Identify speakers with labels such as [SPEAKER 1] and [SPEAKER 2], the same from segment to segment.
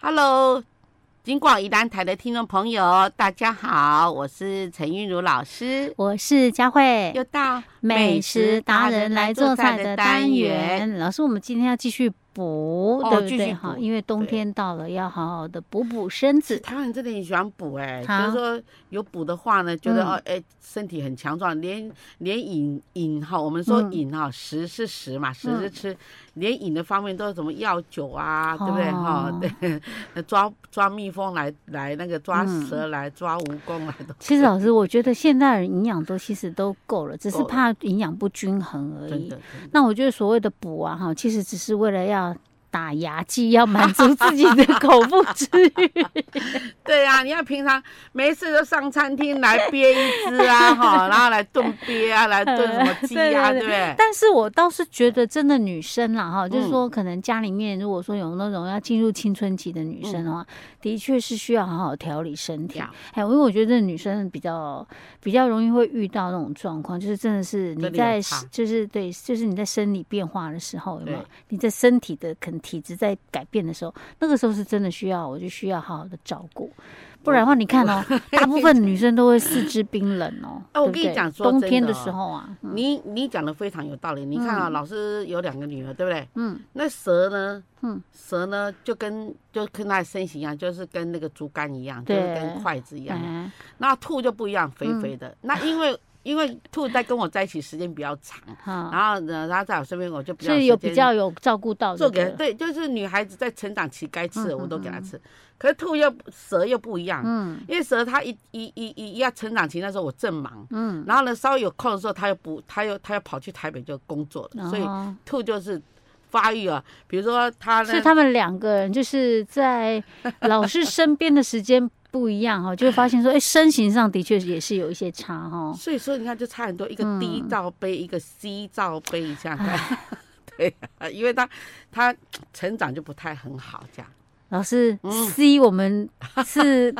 [SPEAKER 1] Hello，金广宜兰台的听众朋友，大家好，我是陈韵如老师，
[SPEAKER 2] 我是佳慧，
[SPEAKER 1] 又到
[SPEAKER 2] 美食达人来做菜的单元。老师，我们今天要继续补，
[SPEAKER 1] 哦
[SPEAKER 2] 对不
[SPEAKER 1] 继续
[SPEAKER 2] 对？哈，
[SPEAKER 1] 补
[SPEAKER 2] 因为冬天到了，要好好的补补身子。
[SPEAKER 1] 台湾人真的很喜欢补哎、
[SPEAKER 2] 好
[SPEAKER 1] 就是说有补的话呢，觉得、
[SPEAKER 2] 嗯
[SPEAKER 1] 哦哎、身体很强壮，连连饮饮哈，我们说
[SPEAKER 2] 嗯
[SPEAKER 1] 饮哈、食是食嘛，食
[SPEAKER 2] 嗯
[SPEAKER 1] 是吃，连饮的方面都有什么药酒啊，对不对哈
[SPEAKER 2] 哦？
[SPEAKER 1] 对，呃抓抓蜜蜂来来那个抓
[SPEAKER 2] 嗯
[SPEAKER 1] 蛇来、抓蜈蚣来都
[SPEAKER 2] 其实哦老师，我觉得现代人营养都其实都够了，只是
[SPEAKER 1] 够了
[SPEAKER 2] 怕营养不均衡而
[SPEAKER 1] 真
[SPEAKER 2] 已
[SPEAKER 1] 的。真的
[SPEAKER 2] 那我觉得所谓的补啊，哈，其实只是为了要打牙祭，要满足自己的口腹之欲。
[SPEAKER 1] 对呀、你要平常没事就上餐厅来憋一只 啊，哈，然后来炖鳖啊，来炖什么鸡啊，
[SPEAKER 2] 对对对
[SPEAKER 1] 对不对？
[SPEAKER 2] 但是我倒是觉得，真的女生啦，哈，就是
[SPEAKER 1] 嗯
[SPEAKER 2] 说，可能家里面如果说有那种要进入青春期的女生的话，
[SPEAKER 1] 嗯
[SPEAKER 2] 的确是需要好好调理身体
[SPEAKER 1] 呀。
[SPEAKER 2] 哎，因为我觉得女生比较比较容易会遇到那种状况，就是真的是你
[SPEAKER 1] 真的
[SPEAKER 2] 在
[SPEAKER 1] 有差
[SPEAKER 2] 就是对，就是你在生理变化的时候，有没有
[SPEAKER 1] 对？
[SPEAKER 2] 你在身体的可能体质在改变的时候，那个时候是真的需要，我就需要好好的照顾。不然的话，你看哦，大部分女生都会四肢冰冷 哦。
[SPEAKER 1] 哎我
[SPEAKER 2] 对不
[SPEAKER 1] 跟你
[SPEAKER 2] 对
[SPEAKER 1] 讲说
[SPEAKER 2] 冬
[SPEAKER 1] 真
[SPEAKER 2] 天
[SPEAKER 1] 的
[SPEAKER 2] 的
[SPEAKER 1] 哦
[SPEAKER 2] 时候啊，嗯
[SPEAKER 1] 你你讲的非常有道理。你看啊，老师有两个女儿，对不对？
[SPEAKER 2] 嗯。
[SPEAKER 1] 那蛇呢？
[SPEAKER 2] 嗯，
[SPEAKER 1] 蛇呢就跟就跟它的身形一样，就是跟那个竹竿一样，就是
[SPEAKER 2] 对
[SPEAKER 1] 跟筷子一样。啊
[SPEAKER 2] 哎
[SPEAKER 1] 那兔就不一样，肥肥
[SPEAKER 2] 嗯
[SPEAKER 1] 的。那因为因为兔在跟我在一起时间比较长，
[SPEAKER 2] 好，
[SPEAKER 1] 然后呢，它在我身边，我就比较
[SPEAKER 2] 是嗯有
[SPEAKER 1] 时间
[SPEAKER 2] 比较有照顾到的
[SPEAKER 1] 做给
[SPEAKER 2] 哦对
[SPEAKER 1] 对，就是女孩子在成长期该吃的
[SPEAKER 2] 嗯
[SPEAKER 1] 我都给她
[SPEAKER 2] 嗯嗯
[SPEAKER 1] 吃，可是兔又蛇又不一样，
[SPEAKER 2] 嗯
[SPEAKER 1] 因为蛇它一一一一要成长期那时候我正忙，
[SPEAKER 2] 嗯，
[SPEAKER 1] 然后呢稍微有空的时候它又不，它又它又跑去台北就工作了，所以
[SPEAKER 2] 哦
[SPEAKER 1] 兔就是发育啊，比如说它呢
[SPEAKER 2] 所以，他们两个人就是 在老师身边的时间不一样哈，就会发现说，哎，身形上的确也是有一些差哦哈。
[SPEAKER 1] 所以说你看就差很多，一个 D
[SPEAKER 2] 嗯
[SPEAKER 1] 罩杯，一个 C 罩杯，你想想看， 对啊，因为它它成长就不太很好这样
[SPEAKER 2] 老师
[SPEAKER 1] 嗯
[SPEAKER 2] ，C 我们 是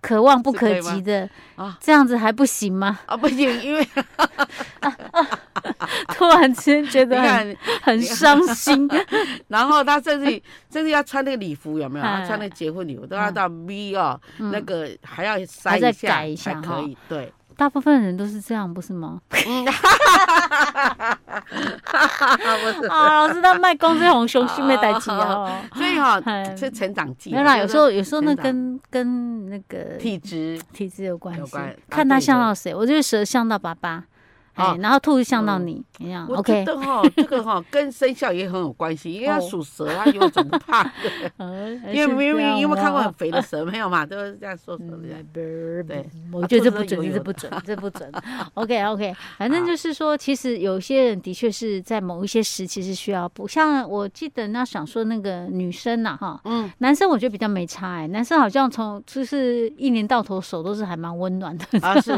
[SPEAKER 2] 可望不
[SPEAKER 1] 是可
[SPEAKER 2] 可
[SPEAKER 1] 以吗
[SPEAKER 2] 及的
[SPEAKER 1] 啊，
[SPEAKER 2] 这样子还不行吗？
[SPEAKER 1] 啊，不行，因为
[SPEAKER 2] 突然之间 觉
[SPEAKER 1] 你
[SPEAKER 2] 得很
[SPEAKER 1] 看
[SPEAKER 2] 很伤心，
[SPEAKER 1] 然后他甚至 甚至要穿那个礼服，有没有？
[SPEAKER 2] 哎
[SPEAKER 1] 他穿那个结婚礼服都要到 V 哦，那个还要
[SPEAKER 2] 嗯还
[SPEAKER 1] 塞
[SPEAKER 2] 再
[SPEAKER 1] 一下
[SPEAKER 2] 改一下
[SPEAKER 1] 才可以。对，
[SPEAKER 2] 大部分人都是这样，不是吗？
[SPEAKER 1] 嗯 不是，
[SPEAKER 2] 啊，老师，那卖公 司红胸胸没带起哦。
[SPEAKER 1] 所以 哈
[SPEAKER 2] 哎
[SPEAKER 1] 是成长季，啊
[SPEAKER 2] 没有啦，
[SPEAKER 1] 就
[SPEAKER 2] 有
[SPEAKER 1] 是
[SPEAKER 2] 时候有时候那
[SPEAKER 1] 成长
[SPEAKER 2] 跟跟那个
[SPEAKER 1] 啊体质
[SPEAKER 2] 体质有关
[SPEAKER 1] 有
[SPEAKER 2] 系
[SPEAKER 1] 关啊，
[SPEAKER 2] 看他
[SPEAKER 1] 对
[SPEAKER 2] 像
[SPEAKER 1] 对
[SPEAKER 2] 到谁，我觉得蛇像到爸爸，
[SPEAKER 1] 啊
[SPEAKER 2] 哎，然后兔子像到
[SPEAKER 1] 嗯
[SPEAKER 2] 你一样
[SPEAKER 1] 我觉
[SPEAKER 2] ，OK，
[SPEAKER 1] 得 哈，这个哈跟生肖也很有关系，因为它
[SPEAKER 2] 哦
[SPEAKER 1] 属蛇，它有一种怕 的。因为明
[SPEAKER 2] 啊
[SPEAKER 1] 明你有没有看过很肥的蛇？没有嘛，都是这样说说
[SPEAKER 2] 嗯
[SPEAKER 1] 的。对
[SPEAKER 2] 对，
[SPEAKER 1] 啊
[SPEAKER 2] 我觉得这
[SPEAKER 1] 兔
[SPEAKER 2] 不
[SPEAKER 1] 子都
[SPEAKER 2] 准，
[SPEAKER 1] 有啊
[SPEAKER 2] 这不准， 这不准。OK OK，反正就是说，其实有些人的确是在某一些时期是需要补，像我记得那想说那个女生呐，哈，
[SPEAKER 1] 嗯，
[SPEAKER 2] 男生我觉得比较没差哎，男生好像从就是一年到头手都是还蛮温暖的，
[SPEAKER 1] 啊 是，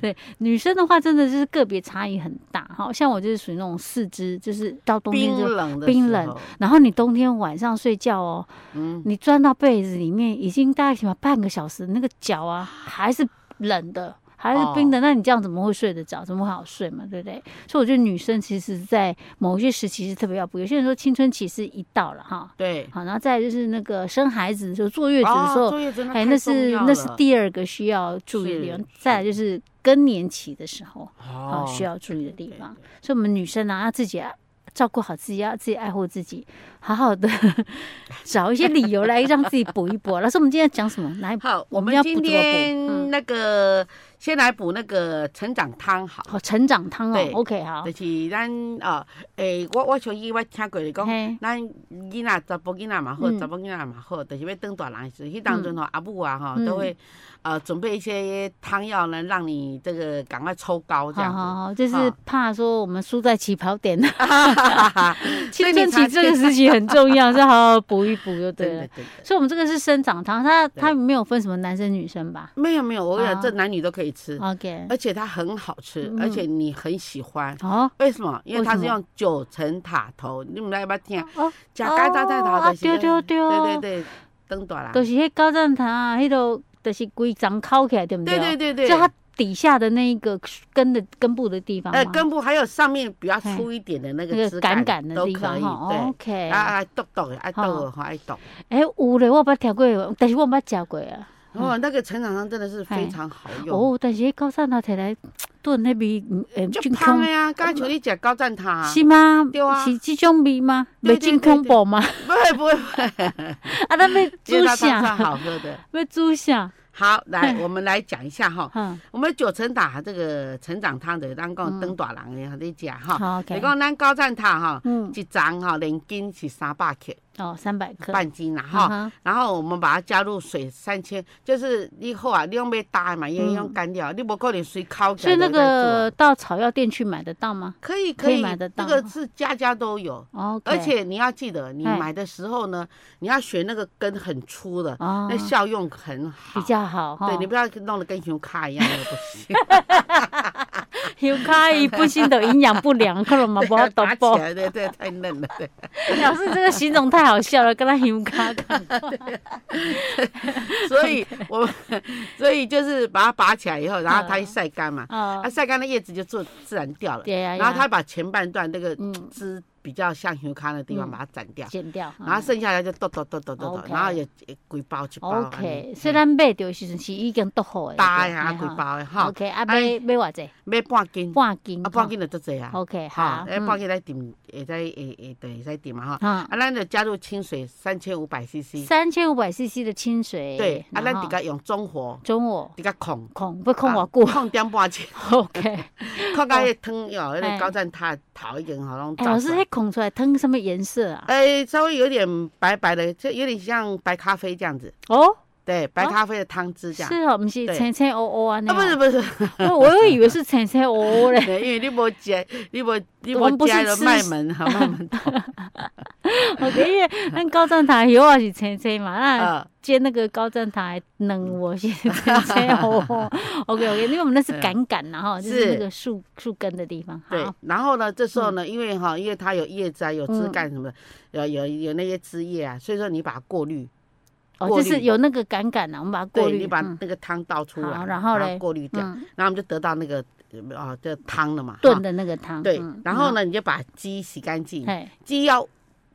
[SPEAKER 2] 对女生的话，真的就是个别差异很大哈。像我就是属于那种四肢，就是到冬天
[SPEAKER 1] 冰
[SPEAKER 2] 就，
[SPEAKER 1] 冷的
[SPEAKER 2] 冰
[SPEAKER 1] 时
[SPEAKER 2] 冷
[SPEAKER 1] 候，
[SPEAKER 2] 然后你冬天晚上睡觉哦，
[SPEAKER 1] 嗯，
[SPEAKER 2] 你钻到被子里面，已经大概起码半个小时，那个脚啊还是冷的，还
[SPEAKER 1] 哦
[SPEAKER 2] 是冰的，那你这样怎么会睡得着？怎么会好睡嘛，对不对？所以我觉得女生其实，在某些时期是特别要补。有些人说青春期是一到了哈，
[SPEAKER 1] 对。
[SPEAKER 2] 好，然后再来就是那个生孩子，就坐月子的时
[SPEAKER 1] 哦
[SPEAKER 2] 候，
[SPEAKER 1] 坐月子
[SPEAKER 2] 哎，
[SPEAKER 1] 太
[SPEAKER 2] 那
[SPEAKER 1] 重
[SPEAKER 2] 是
[SPEAKER 1] 要
[SPEAKER 2] 那是
[SPEAKER 1] 了
[SPEAKER 2] 第二个需要注意的地
[SPEAKER 1] 是
[SPEAKER 2] 方。再来就是更年期的时候，好、
[SPEAKER 1] 哦
[SPEAKER 2] 需要注意的地
[SPEAKER 1] 对
[SPEAKER 2] 方。所以我们女生啊，要自己啊照顾好自己，要自己爱护自己，好好的找一些理由来让自己补一补啊。老师，我们今天讲什么？来，
[SPEAKER 1] 好，我
[SPEAKER 2] 我们
[SPEAKER 1] 们
[SPEAKER 2] 要
[SPEAKER 1] 今
[SPEAKER 2] 补怎么补
[SPEAKER 1] 天
[SPEAKER 2] 嗯
[SPEAKER 1] 那个、先来补那个成长汤好，
[SPEAKER 2] 好成长汤哦
[SPEAKER 1] 对。
[SPEAKER 2] OK，好
[SPEAKER 1] 就，是咱哦，诶、我我相信我听过你讲，
[SPEAKER 2] 嘿，
[SPEAKER 1] 咱囡仔查甫囡仔嘛好，
[SPEAKER 2] 嗯
[SPEAKER 1] 查甫囡仔嘛好，就是要当大人的时候，迄当中吼阿母啊吼
[SPEAKER 2] 嗯
[SPEAKER 1] 都会呃准备一些汤药呢，让你这个赶快抽高这
[SPEAKER 2] 好
[SPEAKER 1] 样
[SPEAKER 2] 好
[SPEAKER 1] 子。
[SPEAKER 2] 好，就是
[SPEAKER 1] 啊
[SPEAKER 2] 怕说我们输在起跑点。
[SPEAKER 1] 所以
[SPEAKER 2] 青
[SPEAKER 1] 你
[SPEAKER 2] 春期
[SPEAKER 1] 才
[SPEAKER 2] 这个时期很重要，是好好补一补就对
[SPEAKER 1] 真
[SPEAKER 2] 了
[SPEAKER 1] 的。真的。
[SPEAKER 2] 所以，我们这个是生长汤，它
[SPEAKER 1] 对
[SPEAKER 2] 它没有分什么男生女生吧
[SPEAKER 1] 没有没有，我跟你讲，
[SPEAKER 2] 啊
[SPEAKER 1] 这男女都可以吃，
[SPEAKER 2] ？OK，
[SPEAKER 1] 而且它很好吃，
[SPEAKER 2] 嗯
[SPEAKER 1] 而且你很喜欢。
[SPEAKER 2] 哦
[SPEAKER 1] 为什么？因为它是
[SPEAKER 2] 为什么
[SPEAKER 1] 用九层塔头，你们来要不要听？
[SPEAKER 2] 哦，
[SPEAKER 1] 食该炸弹头就是、
[SPEAKER 2] 哦啊对对对
[SPEAKER 1] 对对对，灯短啦，
[SPEAKER 2] 就是迄高赞糖啊，迄个就是规张烤起来，对不
[SPEAKER 1] 对
[SPEAKER 2] 对？
[SPEAKER 1] 对对
[SPEAKER 2] 就它
[SPEAKER 1] 对，
[SPEAKER 2] 底下的那一个根的根部的地方
[SPEAKER 1] 呃，
[SPEAKER 2] 吗
[SPEAKER 1] 根部还有上面比较粗一点的那
[SPEAKER 2] 那
[SPEAKER 1] 个
[SPEAKER 2] 个
[SPEAKER 1] 枝
[SPEAKER 2] 杆
[SPEAKER 1] 干
[SPEAKER 2] 杆的
[SPEAKER 1] 都
[SPEAKER 2] 地
[SPEAKER 1] 可
[SPEAKER 2] 方
[SPEAKER 1] 以，
[SPEAKER 2] 哈哦
[SPEAKER 1] 对。
[SPEAKER 2] ，OK，
[SPEAKER 1] 啊啊，剁剁的，爱剁的话爱剁。
[SPEAKER 2] 哎，有嘞，我捌听过，但是我捌食过啊。
[SPEAKER 1] 哦，那个成长上真的是非常好用，
[SPEAKER 2] 哦，但是迄高山头摕来炖迄味，嗯诶，
[SPEAKER 1] 就
[SPEAKER 2] 真
[SPEAKER 1] 胖
[SPEAKER 2] 恐
[SPEAKER 1] 的呀。刚才像你讲高赞塔啊，
[SPEAKER 2] 嗯是吗？
[SPEAKER 1] 对啊
[SPEAKER 2] 是这种味吗？
[SPEAKER 1] 对
[SPEAKER 2] 袂真
[SPEAKER 1] 对对
[SPEAKER 2] 恐怖吗？
[SPEAKER 1] 不会不会，不会
[SPEAKER 2] 啊，咱要
[SPEAKER 1] 这
[SPEAKER 2] 煮
[SPEAKER 1] 道汤上
[SPEAKER 2] 啥？
[SPEAKER 1] 好喝的。
[SPEAKER 2] 要煮啥？
[SPEAKER 1] 好，来我们来讲一下哈，
[SPEAKER 2] 哈，
[SPEAKER 1] 我们九层塔这个成长汤的，咱讲灯大人的你食哈。
[SPEAKER 2] 嗯好
[SPEAKER 1] 你
[SPEAKER 2] ，OK，
[SPEAKER 1] 讲咱高赞塔哈，
[SPEAKER 2] 嗯，
[SPEAKER 1] 一张哈两斤是三百克，
[SPEAKER 2] 哦，三百克，嗯
[SPEAKER 1] 半斤啦哈。
[SPEAKER 2] 哈，
[SPEAKER 1] 然后我们把它加入水三千，就是你好啊，你用要打的嘛，也用干掉，你不可能水烤起
[SPEAKER 2] 嗯所以
[SPEAKER 1] 来
[SPEAKER 2] 那
[SPEAKER 1] 就在做啊
[SPEAKER 2] 个到草药店去买得到吗
[SPEAKER 1] 可以
[SPEAKER 2] 可以
[SPEAKER 1] 以
[SPEAKER 2] 买得到
[SPEAKER 1] 这个是家家都有。
[SPEAKER 2] ？OK，
[SPEAKER 1] 而且你要记得，你
[SPEAKER 2] 哎
[SPEAKER 1] 买的时候呢，你要选那个根很粗的，
[SPEAKER 2] 哦
[SPEAKER 1] 那，效用很好。
[SPEAKER 2] 比较哦好哈
[SPEAKER 1] 对，。你不要弄得跟熊卡一样，那个不 行。
[SPEAKER 2] 有卡伊不行的营养不良，可能嘛 无法度
[SPEAKER 1] 打
[SPEAKER 2] 补
[SPEAKER 1] 起。来，对对，太嫩了， 对。
[SPEAKER 2] 老师这个形容太好笑了，跟他 有卡看。
[SPEAKER 1] 所以我，所以就是把它拔起来以后，然后它一晒干嘛，
[SPEAKER 2] 啊
[SPEAKER 1] 它，晒干的叶子就自自然掉了。
[SPEAKER 2] 对呀，
[SPEAKER 1] 然后
[SPEAKER 2] 呀
[SPEAKER 1] 它把前半段那个
[SPEAKER 2] 嗯
[SPEAKER 1] 枝比较像熊卡的地方
[SPEAKER 2] 嗯
[SPEAKER 1] 把它斩掉，
[SPEAKER 2] 剪掉。嗯
[SPEAKER 1] 然后剩下来就剁剁剁剁剁剁，
[SPEAKER 2] OK
[SPEAKER 1] 然后也也规包一包安尼。
[SPEAKER 2] OK，所以咱买着时阵是已经剁好的。
[SPEAKER 1] 大
[SPEAKER 2] 对
[SPEAKER 1] 呀，规。
[SPEAKER 2] 嘿哈
[SPEAKER 1] 包的哈，
[SPEAKER 2] OK，啊
[SPEAKER 1] 哎
[SPEAKER 2] 买买偌济？
[SPEAKER 1] 买半斤，
[SPEAKER 2] 半斤。
[SPEAKER 1] 啊半斤就足济啊
[SPEAKER 2] 哈。。OK，
[SPEAKER 1] 哈
[SPEAKER 2] 好，。
[SPEAKER 1] 哎，
[SPEAKER 2] 嗯
[SPEAKER 1] 半斤来点，会再会会对会再点嘛哈。
[SPEAKER 2] 啊，
[SPEAKER 1] 啊，咱就加入清水三千五百 CC，
[SPEAKER 2] 三千五百 CC 的清水。
[SPEAKER 1] 对，啊，咱
[SPEAKER 2] 然后
[SPEAKER 1] 自个用中火，
[SPEAKER 2] 中午
[SPEAKER 1] 自个控，
[SPEAKER 2] 控要控
[SPEAKER 1] 啊
[SPEAKER 2] 偌久
[SPEAKER 1] 控点半钟，
[SPEAKER 2] ？OK。
[SPEAKER 1] 控到迄汤哦，迄
[SPEAKER 2] 哎
[SPEAKER 1] 个高赞塔头已经好拢
[SPEAKER 2] 哎，
[SPEAKER 1] 炸
[SPEAKER 2] 老师，
[SPEAKER 1] 出来
[SPEAKER 2] 迄。孔出来汤什么颜色啊？
[SPEAKER 1] 哎，稍微有点白白的，就有点像白咖啡这样子，
[SPEAKER 2] 哦，
[SPEAKER 1] 对，白
[SPEAKER 2] 哦
[SPEAKER 1] 咖啡的汤汁这样
[SPEAKER 2] 是。哦，不是
[SPEAKER 1] 对
[SPEAKER 2] 青青乌乌啊？
[SPEAKER 1] 啊，不是不是，
[SPEAKER 2] 那我又以为是青青乌乌 嘞。
[SPEAKER 1] 因为你无接，你无你
[SPEAKER 2] 我
[SPEAKER 1] 无
[SPEAKER 2] 们不是
[SPEAKER 1] 加了
[SPEAKER 2] 吃
[SPEAKER 1] 卖 门哈，卖门头，
[SPEAKER 2] 我因为咱高赞塔油也是青青嘛，那
[SPEAKER 1] 啊，
[SPEAKER 2] 煎那个高赞塔的卵我是青青哦。OK OK，因为我们那是杆杆然后就是
[SPEAKER 1] 啊是
[SPEAKER 2] 那个树树根的地方。
[SPEAKER 1] 对
[SPEAKER 2] 好，。
[SPEAKER 1] 然后呢，这时候呢，因为哈，因为它有叶子啊，有枝
[SPEAKER 2] 嗯
[SPEAKER 1] 干什么的，有有有那些枝叶啊，所以说你把它过滤，
[SPEAKER 2] 哦，
[SPEAKER 1] 过滤
[SPEAKER 2] 就是有那个杆杆啊，我们把它过
[SPEAKER 1] 对，
[SPEAKER 2] 滤。
[SPEAKER 1] 你把
[SPEAKER 2] 嗯
[SPEAKER 1] 那个汤倒出
[SPEAKER 2] 好
[SPEAKER 1] 来，
[SPEAKER 2] 然后嘞
[SPEAKER 1] 过滤掉，
[SPEAKER 2] 嗯
[SPEAKER 1] 然后我们就得到那个呃啊这汤了嘛，
[SPEAKER 2] 炖
[SPEAKER 1] 哈
[SPEAKER 2] 的那个汤。
[SPEAKER 1] 对
[SPEAKER 2] 嗯。
[SPEAKER 1] 然后？呢，你就把鸡洗干净
[SPEAKER 2] 嗯，哎，
[SPEAKER 1] 鸡要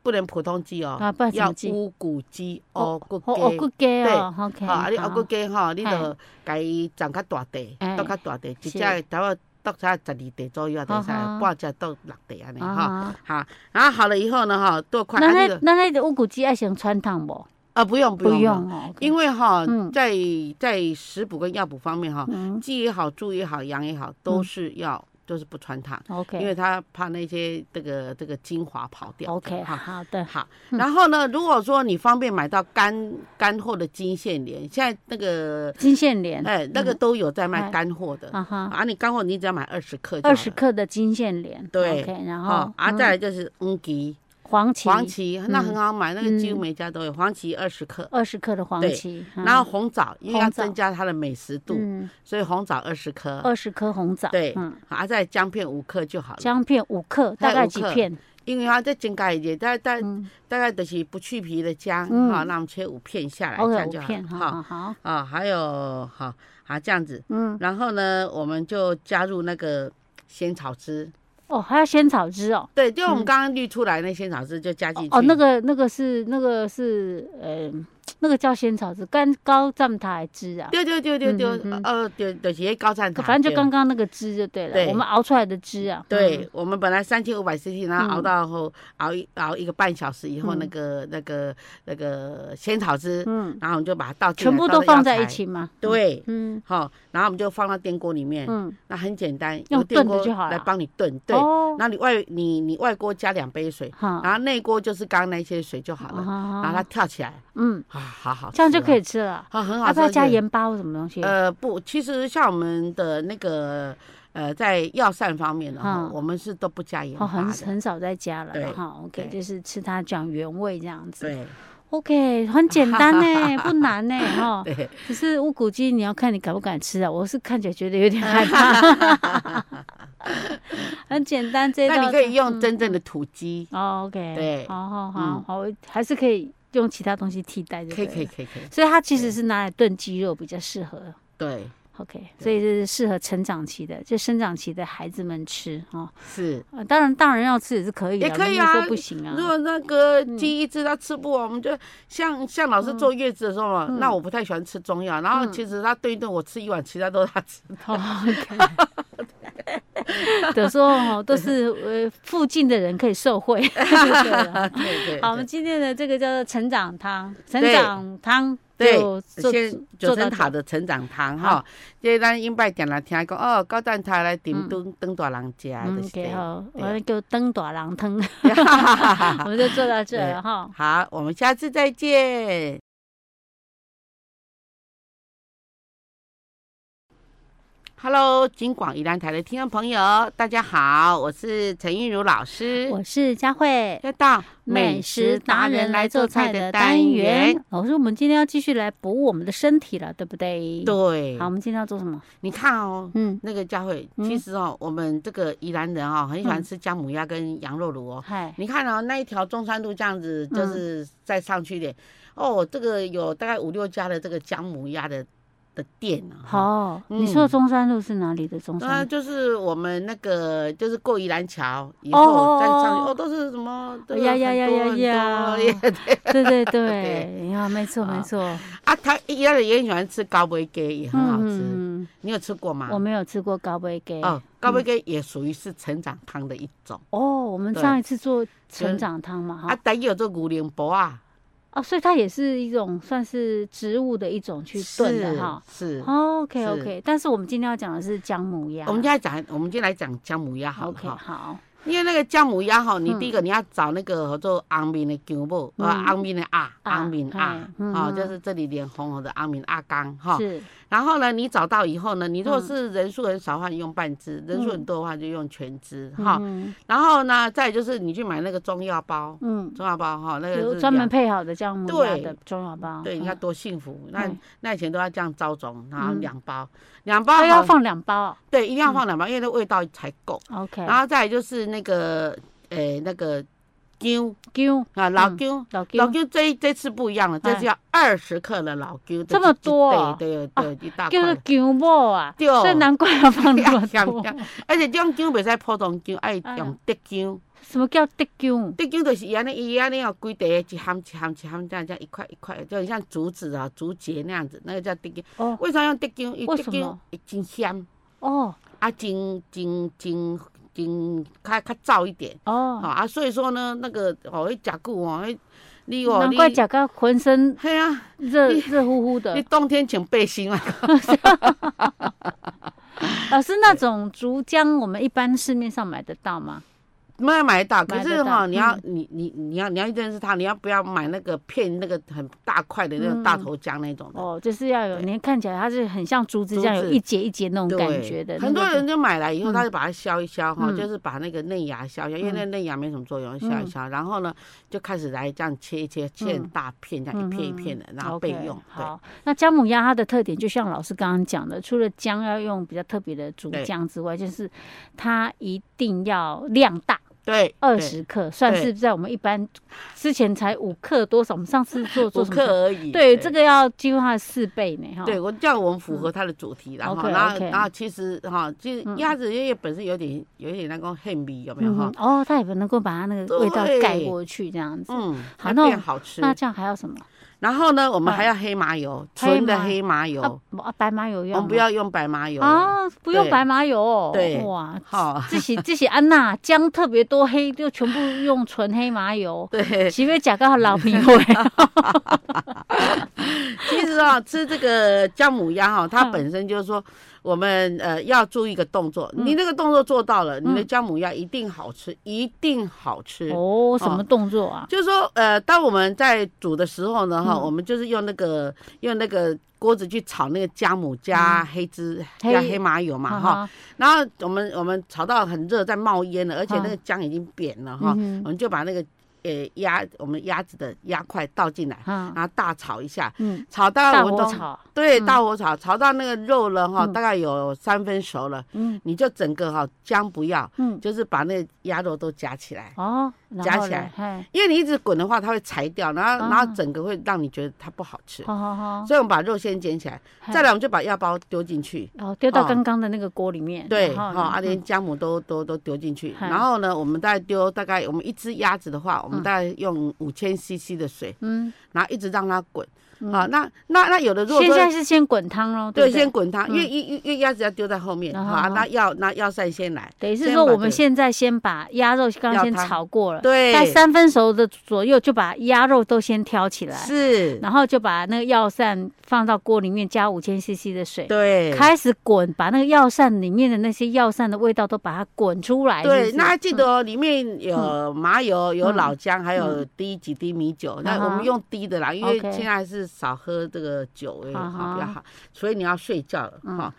[SPEAKER 1] 不能普通鸡哦
[SPEAKER 2] 啊不然，什么
[SPEAKER 1] 要
[SPEAKER 2] 鸡
[SPEAKER 1] 乌骨鸡、
[SPEAKER 2] 哦
[SPEAKER 1] 哦骨
[SPEAKER 2] 哦哦，
[SPEAKER 1] 鸡。
[SPEAKER 2] 骨鸡哦，OK，
[SPEAKER 1] 吼，啊，你熬骨
[SPEAKER 2] 好，
[SPEAKER 1] 鸡吼，你
[SPEAKER 2] 嘿
[SPEAKER 1] 就甲伊长较大地
[SPEAKER 2] 哎，
[SPEAKER 1] 剁较大地，一
[SPEAKER 2] 是
[SPEAKER 1] 只大概剁差十二地左右啊，就使
[SPEAKER 2] 啊哈
[SPEAKER 1] 半只剁六地安尼
[SPEAKER 2] 啊
[SPEAKER 1] 哈。
[SPEAKER 2] 哈
[SPEAKER 1] 好，然后好了以后呢，哈，剁块，
[SPEAKER 2] 那
[SPEAKER 1] 啊，你
[SPEAKER 2] 那
[SPEAKER 1] 就
[SPEAKER 2] 那那个乌骨鸡爱先穿烫不？
[SPEAKER 1] 啊，不用不用，
[SPEAKER 2] 哦，
[SPEAKER 1] 因为哈
[SPEAKER 2] 嗯，
[SPEAKER 1] 在在食补跟药补方面哈，
[SPEAKER 2] 嗯
[SPEAKER 1] 鸡也好，猪也好，羊也好，都是要都是不穿烫，因
[SPEAKER 2] ，OK
[SPEAKER 1] 为它怕那些这个这个精华跑掉。
[SPEAKER 2] OK，
[SPEAKER 1] 哈。
[SPEAKER 2] 好的，
[SPEAKER 1] 好，
[SPEAKER 2] 嗯
[SPEAKER 1] 然后呢？如果说你方便买到干干货的金线莲，现在那个
[SPEAKER 2] 金线莲，
[SPEAKER 1] 哎，那个都有在卖
[SPEAKER 2] 嗯哎
[SPEAKER 1] 干货的
[SPEAKER 2] 啊哈，
[SPEAKER 1] 啊。你干货你只要买二十克，
[SPEAKER 2] 二十。克的金线莲，
[SPEAKER 1] 对
[SPEAKER 2] ，OK，然后
[SPEAKER 1] 哦，啊，
[SPEAKER 2] 嗯
[SPEAKER 1] 再来就是黄芪，
[SPEAKER 2] 黄芪，
[SPEAKER 1] 黄芪那很好买，那个几乎
[SPEAKER 2] 嗯
[SPEAKER 1] 每家都有黄芪二十克，
[SPEAKER 2] 二十克的黄
[SPEAKER 1] 对
[SPEAKER 2] 芪，
[SPEAKER 1] 然后红枣，因为要
[SPEAKER 2] 红枣
[SPEAKER 1] 增加它的美食度，
[SPEAKER 2] 嗯，
[SPEAKER 1] 所以红枣二十克，
[SPEAKER 2] 二十颗红枣，
[SPEAKER 1] 对
[SPEAKER 2] 嗯，
[SPEAKER 1] 啊，再来姜片五克就好了，
[SPEAKER 2] 姜片五克，大
[SPEAKER 1] 哎
[SPEAKER 2] 概
[SPEAKER 1] 五
[SPEAKER 2] 几
[SPEAKER 1] 克
[SPEAKER 2] 片？
[SPEAKER 1] 因为它再增加一点，大概大概
[SPEAKER 2] 嗯
[SPEAKER 1] 大概就是不去皮的姜，
[SPEAKER 2] 嗯
[SPEAKER 1] 哈，那我们切五片下来，这
[SPEAKER 2] ，OK，
[SPEAKER 1] 样
[SPEAKER 2] 五
[SPEAKER 1] 就好
[SPEAKER 2] 片，嗯
[SPEAKER 1] 了，
[SPEAKER 2] 好
[SPEAKER 1] 哈
[SPEAKER 2] 好好，
[SPEAKER 1] 啊，还有好啊这样子，
[SPEAKER 2] 嗯，
[SPEAKER 1] 然后呢，我们就加入那个仙草汁，
[SPEAKER 2] 哦，还要仙草汁哦。
[SPEAKER 1] 对，就我们
[SPEAKER 2] 嗯
[SPEAKER 1] 刚刚滤出来那仙草汁就加进去。
[SPEAKER 2] 哦，那个那个是那个是呃，那个叫仙草汁，干高站台汁啊，
[SPEAKER 1] 对对对对对
[SPEAKER 2] 嗯嗯嗯，
[SPEAKER 1] 呃，对对，就是那高山茶。
[SPEAKER 2] 反正就
[SPEAKER 1] 对
[SPEAKER 2] 刚刚那个汁就对了，
[SPEAKER 1] 对
[SPEAKER 2] 我们熬出来的汁啊。嗯
[SPEAKER 1] 对，我们本来三千五百 CC，然后熬
[SPEAKER 2] 嗯
[SPEAKER 1] 到后熬一熬一个半小时以后，
[SPEAKER 2] 嗯
[SPEAKER 1] 那个那个那个仙草汁，
[SPEAKER 2] 嗯，
[SPEAKER 1] 然后我们就把它倒进来，
[SPEAKER 2] 全部
[SPEAKER 1] 倒
[SPEAKER 2] 都
[SPEAKER 1] 到
[SPEAKER 2] 放
[SPEAKER 1] 药
[SPEAKER 2] 在
[SPEAKER 1] 材
[SPEAKER 2] 一。起嘛。
[SPEAKER 1] 对，
[SPEAKER 2] 嗯，
[SPEAKER 1] 好，然后我们就放到电锅里面，
[SPEAKER 2] 嗯
[SPEAKER 1] 那很简单，
[SPEAKER 2] 用
[SPEAKER 1] 有电
[SPEAKER 2] 炖的
[SPEAKER 1] 锅
[SPEAKER 2] 就好了
[SPEAKER 1] 来帮你炖。
[SPEAKER 2] 嗯，
[SPEAKER 1] 对，
[SPEAKER 2] 哦，
[SPEAKER 1] 那你外你你外锅加两杯水，
[SPEAKER 2] 好，
[SPEAKER 1] 然后内锅就是刚刚那些水就好
[SPEAKER 2] 好
[SPEAKER 1] 了，
[SPEAKER 2] 好
[SPEAKER 1] 然后它跳起来
[SPEAKER 2] 啊嗯，
[SPEAKER 1] 啊，好好，
[SPEAKER 2] 哦这样就可
[SPEAKER 1] 以，
[SPEAKER 2] 以吃了。
[SPEAKER 1] 啊，很好
[SPEAKER 2] 要
[SPEAKER 1] 吃。
[SPEAKER 2] 不要加
[SPEAKER 1] 而且
[SPEAKER 2] 盐巴或什么东西？
[SPEAKER 1] 呃，不，其实像我们的那个呃，在药膳方面呢，哈
[SPEAKER 2] 嗯
[SPEAKER 1] 我们是都不加盐
[SPEAKER 2] 哦，
[SPEAKER 1] 巴
[SPEAKER 2] 很
[SPEAKER 1] 的。
[SPEAKER 2] 很少在加了啦
[SPEAKER 1] 对
[SPEAKER 2] 哈。OK，
[SPEAKER 1] 对
[SPEAKER 2] 就是吃它讲原味这样子。
[SPEAKER 1] 对
[SPEAKER 2] OK，很简单 呢，不难呢哈。
[SPEAKER 1] 对，
[SPEAKER 2] 只是乌骨鸡，你要看你敢不敢吃啊。我是看起来觉得有点害 怕。很简单，这一
[SPEAKER 1] 那
[SPEAKER 2] 道
[SPEAKER 1] 你可以用
[SPEAKER 2] 嗯
[SPEAKER 1] 真正的土鸡，
[SPEAKER 2] 哦，OK，
[SPEAKER 1] 对
[SPEAKER 2] 好好好
[SPEAKER 1] 嗯
[SPEAKER 2] 好，我还是可以用其他东西替代的，
[SPEAKER 1] 可以可以。可以可以，
[SPEAKER 2] 所以它其实是拿来炖鸡肉比较适合。
[SPEAKER 1] 对
[SPEAKER 2] OK，所以这是适合成长期的，就生长期的孩子们吃哦。
[SPEAKER 1] 是。
[SPEAKER 2] 呃当然，大人要吃也是可以的，
[SPEAKER 1] 也可以
[SPEAKER 2] 没有
[SPEAKER 1] 啊
[SPEAKER 2] 说不行啊。
[SPEAKER 1] 如果那个第一次他吃不完，我们就像像老师
[SPEAKER 2] 嗯
[SPEAKER 1] 坐月子的时候嘛，那我不太喜欢吃中药，然后其实他顿一顿我吃一碗，其他都是他吃。
[SPEAKER 2] 哦 OK，有时候哦都是呃附近的人可以受惠。对 了
[SPEAKER 1] 对啊对
[SPEAKER 2] 好，我们今天的这个叫做成长汤，成
[SPEAKER 1] 对
[SPEAKER 2] 长汤
[SPEAKER 1] 对
[SPEAKER 2] 就，做
[SPEAKER 1] 先九
[SPEAKER 2] 做到
[SPEAKER 1] 层塔
[SPEAKER 2] 这
[SPEAKER 1] 的成长堂
[SPEAKER 2] 好
[SPEAKER 1] 哈，这咱因拜定来听讲哦，高蛋挞来顶顿顿大人食
[SPEAKER 2] 嗯
[SPEAKER 1] 的，是
[SPEAKER 2] 给
[SPEAKER 1] 这样。
[SPEAKER 2] 好，
[SPEAKER 1] 对
[SPEAKER 2] 我就灯大郎汤， 我
[SPEAKER 1] 好，
[SPEAKER 2] 们就做到这了哈。
[SPEAKER 1] 好，我们下次再见。Hello，金广宜兰台的听众朋友，大家好，我是陈韵如老师，
[SPEAKER 2] 我是佳慧，
[SPEAKER 1] 要到美食达人来做菜的单元。
[SPEAKER 2] 老师，我们今天要继续来补我们的身体了，对不对？。
[SPEAKER 1] 对
[SPEAKER 2] 好，，我们今天要做什么？
[SPEAKER 1] 你看哦，
[SPEAKER 2] 嗯，
[SPEAKER 1] 那个佳慧，
[SPEAKER 2] 嗯
[SPEAKER 1] 其实哦，我们这个宜兰人哦，很喜欢
[SPEAKER 2] 嗯
[SPEAKER 1] 吃姜母鸭跟羊肉炉哦。
[SPEAKER 2] 嗨，
[SPEAKER 1] 你看哦，那一条中山路这样子，
[SPEAKER 2] 嗯
[SPEAKER 1] 就是再上去一点，哦，这个有大概五六家的这个姜母鸭的的店啊。哈，
[SPEAKER 2] 好，
[SPEAKER 1] 嗯啊
[SPEAKER 2] 你说的中山路是哪里的中
[SPEAKER 1] 那
[SPEAKER 2] 山路？
[SPEAKER 1] 就是我们那个就是过宜兰桥以
[SPEAKER 2] 哦哎
[SPEAKER 1] 后再上去，哦，都是什么？都有
[SPEAKER 2] 呀
[SPEAKER 1] 很
[SPEAKER 2] 呀呀
[SPEAKER 1] 多
[SPEAKER 2] 呀
[SPEAKER 1] 很
[SPEAKER 2] 呀
[SPEAKER 1] 多也
[SPEAKER 2] 对对对，呀，没错
[SPEAKER 1] 好
[SPEAKER 2] 没错，
[SPEAKER 1] 啊，他宜兰人也很喜欢吃高杯鸡，也很好吃。啊
[SPEAKER 2] 嗯，嗯
[SPEAKER 1] 你有吃过吗
[SPEAKER 2] 嗯我？嗯没有吃过高杯给。
[SPEAKER 1] 哦，高杯鸡也属于是成长汤的一种
[SPEAKER 2] 哦，我们
[SPEAKER 1] 对
[SPEAKER 2] 上一次做成长汤嘛，
[SPEAKER 1] 啊
[SPEAKER 2] 哈，，
[SPEAKER 1] 但也有做牛奶薄啊，
[SPEAKER 2] 哦，所以它也是一种算是植物的一种去炖的哈。哦
[SPEAKER 1] 是。是
[SPEAKER 2] OK
[SPEAKER 1] 是
[SPEAKER 2] OK，但是我们今天要讲的是姜母鸭。
[SPEAKER 1] 我们就来讲，我们就来讲姜母鸭好了
[SPEAKER 2] OK
[SPEAKER 1] 哈。
[SPEAKER 2] 好，
[SPEAKER 1] 因为那个姜母鸭哈，你
[SPEAKER 2] 嗯
[SPEAKER 1] 第一个你要找那个叫做昂明的姜母，呃，
[SPEAKER 2] 嗯
[SPEAKER 1] 昂明的鸭，
[SPEAKER 2] 啊
[SPEAKER 1] 昂明
[SPEAKER 2] 嘿
[SPEAKER 1] 鸭，
[SPEAKER 2] 嗯
[SPEAKER 1] 哦，
[SPEAKER 2] 嗯
[SPEAKER 1] 就是这里脸红红的昂明阿刚哈。
[SPEAKER 2] 是
[SPEAKER 1] 然后呢，你找到以后呢，你如果
[SPEAKER 2] 嗯
[SPEAKER 1] 是人数很少的话，你用半只；人数很多的话，就用全只哈。
[SPEAKER 2] 嗯
[SPEAKER 1] 然后呢，再就是你去买那个中药包，
[SPEAKER 2] 嗯，
[SPEAKER 1] 中药包哈，那个
[SPEAKER 2] 有
[SPEAKER 1] 是
[SPEAKER 2] 专门
[SPEAKER 1] 两。
[SPEAKER 2] 配好的姜母鸭
[SPEAKER 1] 对
[SPEAKER 2] 的中药包。
[SPEAKER 1] 对，你看
[SPEAKER 2] 嗯，
[SPEAKER 1] 多幸福！那
[SPEAKER 2] 对
[SPEAKER 1] 那以前都要这样招种，然后
[SPEAKER 2] 嗯哎
[SPEAKER 1] 两包，两包
[SPEAKER 2] 它要
[SPEAKER 1] 好，
[SPEAKER 2] 放两包哦。
[SPEAKER 1] 对，一定要放两包，因为那味道才够。
[SPEAKER 2] OK，
[SPEAKER 1] 然后再来就是那个，诶，那个姜
[SPEAKER 2] 姜
[SPEAKER 1] 啊，老
[SPEAKER 2] 嗯
[SPEAKER 1] 姜，
[SPEAKER 2] 老
[SPEAKER 1] 老
[SPEAKER 2] 姜，
[SPEAKER 1] 姜这一这次不一样了，这次要二十克的老姜，
[SPEAKER 2] 这么多啊
[SPEAKER 1] 对对对，一大
[SPEAKER 2] 就是
[SPEAKER 1] 块。
[SPEAKER 2] 姜母啊，
[SPEAKER 1] 对
[SPEAKER 2] 所以难怪要放 那么
[SPEAKER 1] 香
[SPEAKER 2] 多。哎
[SPEAKER 1] 香而且这种姜袂使普通姜，爱用德姜。
[SPEAKER 2] 什么叫德姜？
[SPEAKER 1] 德姜就是伊安尼，伊安尼哦，规块一含一含一含这样这样一块一块，就很像竹子啊、竹节那样子，那个叫德姜。
[SPEAKER 2] 哦
[SPEAKER 1] 为啥用德姜？因
[SPEAKER 2] 为
[SPEAKER 1] 德
[SPEAKER 2] 什
[SPEAKER 1] 姜
[SPEAKER 2] 么
[SPEAKER 1] 真香，
[SPEAKER 2] 哦
[SPEAKER 1] 啊，真真真真较较燥一点。哦
[SPEAKER 2] 哦，
[SPEAKER 1] 啊，所以说呢，那个哦，迄食久哦，迄你哦，
[SPEAKER 2] 难怪
[SPEAKER 1] 你
[SPEAKER 2] 讲到浑身
[SPEAKER 1] 嘿啊，
[SPEAKER 2] 热热乎乎的
[SPEAKER 1] 你。冬天请背心啊。
[SPEAKER 2] 老师，那种竹姜我们一般市面上买得到吗？
[SPEAKER 1] 没有买得到，可
[SPEAKER 2] 买
[SPEAKER 1] 是
[SPEAKER 2] 得
[SPEAKER 1] 哈、
[SPEAKER 2] 到嗯
[SPEAKER 1] 你要、你你你要你要认识它，你要不要买那个片那个很大块的那种大
[SPEAKER 2] 嗯
[SPEAKER 1] 头姜那种的？
[SPEAKER 2] 哦，就是要有，
[SPEAKER 1] 对
[SPEAKER 2] 你看起来它是很像竹子这样，
[SPEAKER 1] 竹子
[SPEAKER 2] 有一节一节那种
[SPEAKER 1] 对
[SPEAKER 2] 感觉的。
[SPEAKER 1] 很多
[SPEAKER 2] 那个
[SPEAKER 1] 人就买来以后，
[SPEAKER 2] 嗯
[SPEAKER 1] 他就把它削一削哈，
[SPEAKER 2] 嗯
[SPEAKER 1] 就是把那个嫩芽削一削，因为那嫩芽没什么作用，削一
[SPEAKER 2] 嗯
[SPEAKER 1] 削，然后呢就开始来这样切一切，切很大片，这样一片一片的，然后备
[SPEAKER 2] 嗯 OK，
[SPEAKER 1] 用。对，
[SPEAKER 2] 好，那姜母鸭它的特点，就像老师刚刚讲的，除了姜要用比较特别的竹
[SPEAKER 1] 对
[SPEAKER 2] 姜之外，就是它一定要量大，
[SPEAKER 1] 对，
[SPEAKER 2] 二
[SPEAKER 1] 对
[SPEAKER 2] 十克，算是在我们一般之前才五克多少，我们上次做做
[SPEAKER 1] 五
[SPEAKER 2] 什么
[SPEAKER 1] 克而已。
[SPEAKER 2] 对，这个要几乎它的四倍呢，哈。嗯
[SPEAKER 1] 对，我这样我们符合它的主题啦，然后
[SPEAKER 2] 哦 OK，
[SPEAKER 1] 然后
[SPEAKER 2] OK
[SPEAKER 1] 然后其实哈，其实
[SPEAKER 2] 嗯
[SPEAKER 1] 鸭子因为本身有点有点那个很味，有没有
[SPEAKER 2] 嗯
[SPEAKER 1] 哈
[SPEAKER 2] 哼，？哦，它也不能够把它那个味道盖过去，这样子。
[SPEAKER 1] 嗯，
[SPEAKER 2] 好
[SPEAKER 1] 它
[SPEAKER 2] 那我
[SPEAKER 1] 变好吃。
[SPEAKER 2] 那这样还要什么？
[SPEAKER 1] 然后呢，我们
[SPEAKER 2] 嗯
[SPEAKER 1] 还要黑麻油，
[SPEAKER 2] 黑
[SPEAKER 1] 纯的
[SPEAKER 2] 麻
[SPEAKER 1] 黑麻油，
[SPEAKER 2] 啊啊，白麻油
[SPEAKER 1] 我
[SPEAKER 2] 要
[SPEAKER 1] 们
[SPEAKER 2] 吗
[SPEAKER 1] 哦不要用白麻油。
[SPEAKER 2] 啊，不用
[SPEAKER 1] 对
[SPEAKER 2] 白麻油哦。
[SPEAKER 1] 对
[SPEAKER 2] 哇，
[SPEAKER 1] 好，，
[SPEAKER 2] 这些这些安娜姜特别多黑，就全部用纯黑麻油
[SPEAKER 1] 对，
[SPEAKER 2] 洗面假刚好老皮 味。
[SPEAKER 1] 其实啊，吃这个姜母鸭哈，它
[SPEAKER 2] 嗯
[SPEAKER 1] 本身就是说，我们呃要注意一个动作，你那个动作做到了，你的
[SPEAKER 2] 嗯
[SPEAKER 1] 姜母鸭一定好吃，一定好吃。
[SPEAKER 2] 哦，什么动作啊？
[SPEAKER 1] 就是说，呃，当我们在煮的时候呢，哈、
[SPEAKER 2] 嗯
[SPEAKER 1] 我们就是用那个用那个锅子去炒那个姜母加黑芝、加
[SPEAKER 2] 嗯黑
[SPEAKER 1] 黑麻油嘛，
[SPEAKER 2] 哈
[SPEAKER 1] 哦哈、
[SPEAKER 2] 哈，
[SPEAKER 1] 然后我们我们炒到很热，在冒烟了，而且
[SPEAKER 2] 嗯
[SPEAKER 1] 那个姜已经扁了哈，
[SPEAKER 2] 嗯
[SPEAKER 1] 我们就把那个呃鸭我们鸭子的鸭块倒进来，
[SPEAKER 2] 哼，啊，
[SPEAKER 1] 然后大炒一下，
[SPEAKER 2] 嗯，
[SPEAKER 1] 炒到
[SPEAKER 2] 大
[SPEAKER 1] 我们
[SPEAKER 2] 火
[SPEAKER 1] 都
[SPEAKER 2] 炒，
[SPEAKER 1] 对
[SPEAKER 2] 嗯
[SPEAKER 1] 大火炒，炒到那个肉了哈，
[SPEAKER 2] 嗯
[SPEAKER 1] 大概有三分熟了，
[SPEAKER 2] 嗯
[SPEAKER 1] 你就整个哈姜不要，
[SPEAKER 2] 嗯，
[SPEAKER 1] 就是把那个鸭肉都夹起来，
[SPEAKER 2] 哦，然
[SPEAKER 1] 夹
[SPEAKER 2] 后
[SPEAKER 1] 起来
[SPEAKER 2] 嘞，嘿
[SPEAKER 1] 因为你一直滚的话，它会裁掉，然后、
[SPEAKER 2] 嗯
[SPEAKER 1] 然后整个会让你觉得它不好吃。
[SPEAKER 2] 好好好，
[SPEAKER 1] 所以我们把肉先捡起来，
[SPEAKER 2] 哦嘿
[SPEAKER 1] 再来我们就把药包丢进去，
[SPEAKER 2] 然后丢到
[SPEAKER 1] 哦
[SPEAKER 2] 刚刚的那个锅里面，
[SPEAKER 1] 对，
[SPEAKER 2] 然
[SPEAKER 1] 哈、
[SPEAKER 2] 后
[SPEAKER 1] 啊，
[SPEAKER 2] 嗯
[SPEAKER 1] 连姜母都都都丢进去。
[SPEAKER 2] 嗯
[SPEAKER 1] 然后呢，我们大概丢大概我们一只鸭子的话，我们
[SPEAKER 2] 嗯
[SPEAKER 1] 大概用五千 CC 的水，
[SPEAKER 2] 嗯，
[SPEAKER 1] 然后一直让它滚。
[SPEAKER 2] 嗯
[SPEAKER 1] 啊，那那那有的如果
[SPEAKER 2] 现在
[SPEAKER 1] 说
[SPEAKER 2] 是先滚汤喽，
[SPEAKER 1] 对，
[SPEAKER 2] 不对
[SPEAKER 1] 先滚汤，因为因因因为鸭子要丢在后面，
[SPEAKER 2] 啊
[SPEAKER 1] 好
[SPEAKER 2] 哈
[SPEAKER 1] 啊，
[SPEAKER 2] 哈
[SPEAKER 1] 那药那药膳先来，
[SPEAKER 2] 等于是
[SPEAKER 1] 先
[SPEAKER 2] 说
[SPEAKER 1] 把
[SPEAKER 2] 我
[SPEAKER 1] 这
[SPEAKER 2] 们
[SPEAKER 1] 个
[SPEAKER 2] 现在先把鸭肉刚刚
[SPEAKER 1] 要
[SPEAKER 2] 先
[SPEAKER 1] 汤
[SPEAKER 2] 炒过了，
[SPEAKER 1] 对，
[SPEAKER 2] 在三分熟的左右就把鸭肉都先挑起来，
[SPEAKER 1] 是，
[SPEAKER 2] 然后就把那个药膳放到锅里面，加五千 CC 的水，
[SPEAKER 1] 对，
[SPEAKER 2] 开始滚，把那个药膳里面的那些药膳的味道都把它滚出来。是不
[SPEAKER 1] 对，
[SPEAKER 2] 是嗯
[SPEAKER 1] 那还记得哦，里面有麻油、有老姜，还有滴几滴米酒。那我
[SPEAKER 2] 啊哈
[SPEAKER 1] 们用滴的啦，因为
[SPEAKER 2] OK
[SPEAKER 1] 现在还是少喝这个酒哎，
[SPEAKER 2] 啊哈嗯
[SPEAKER 1] 哈比较好，所以你要睡觉了哈。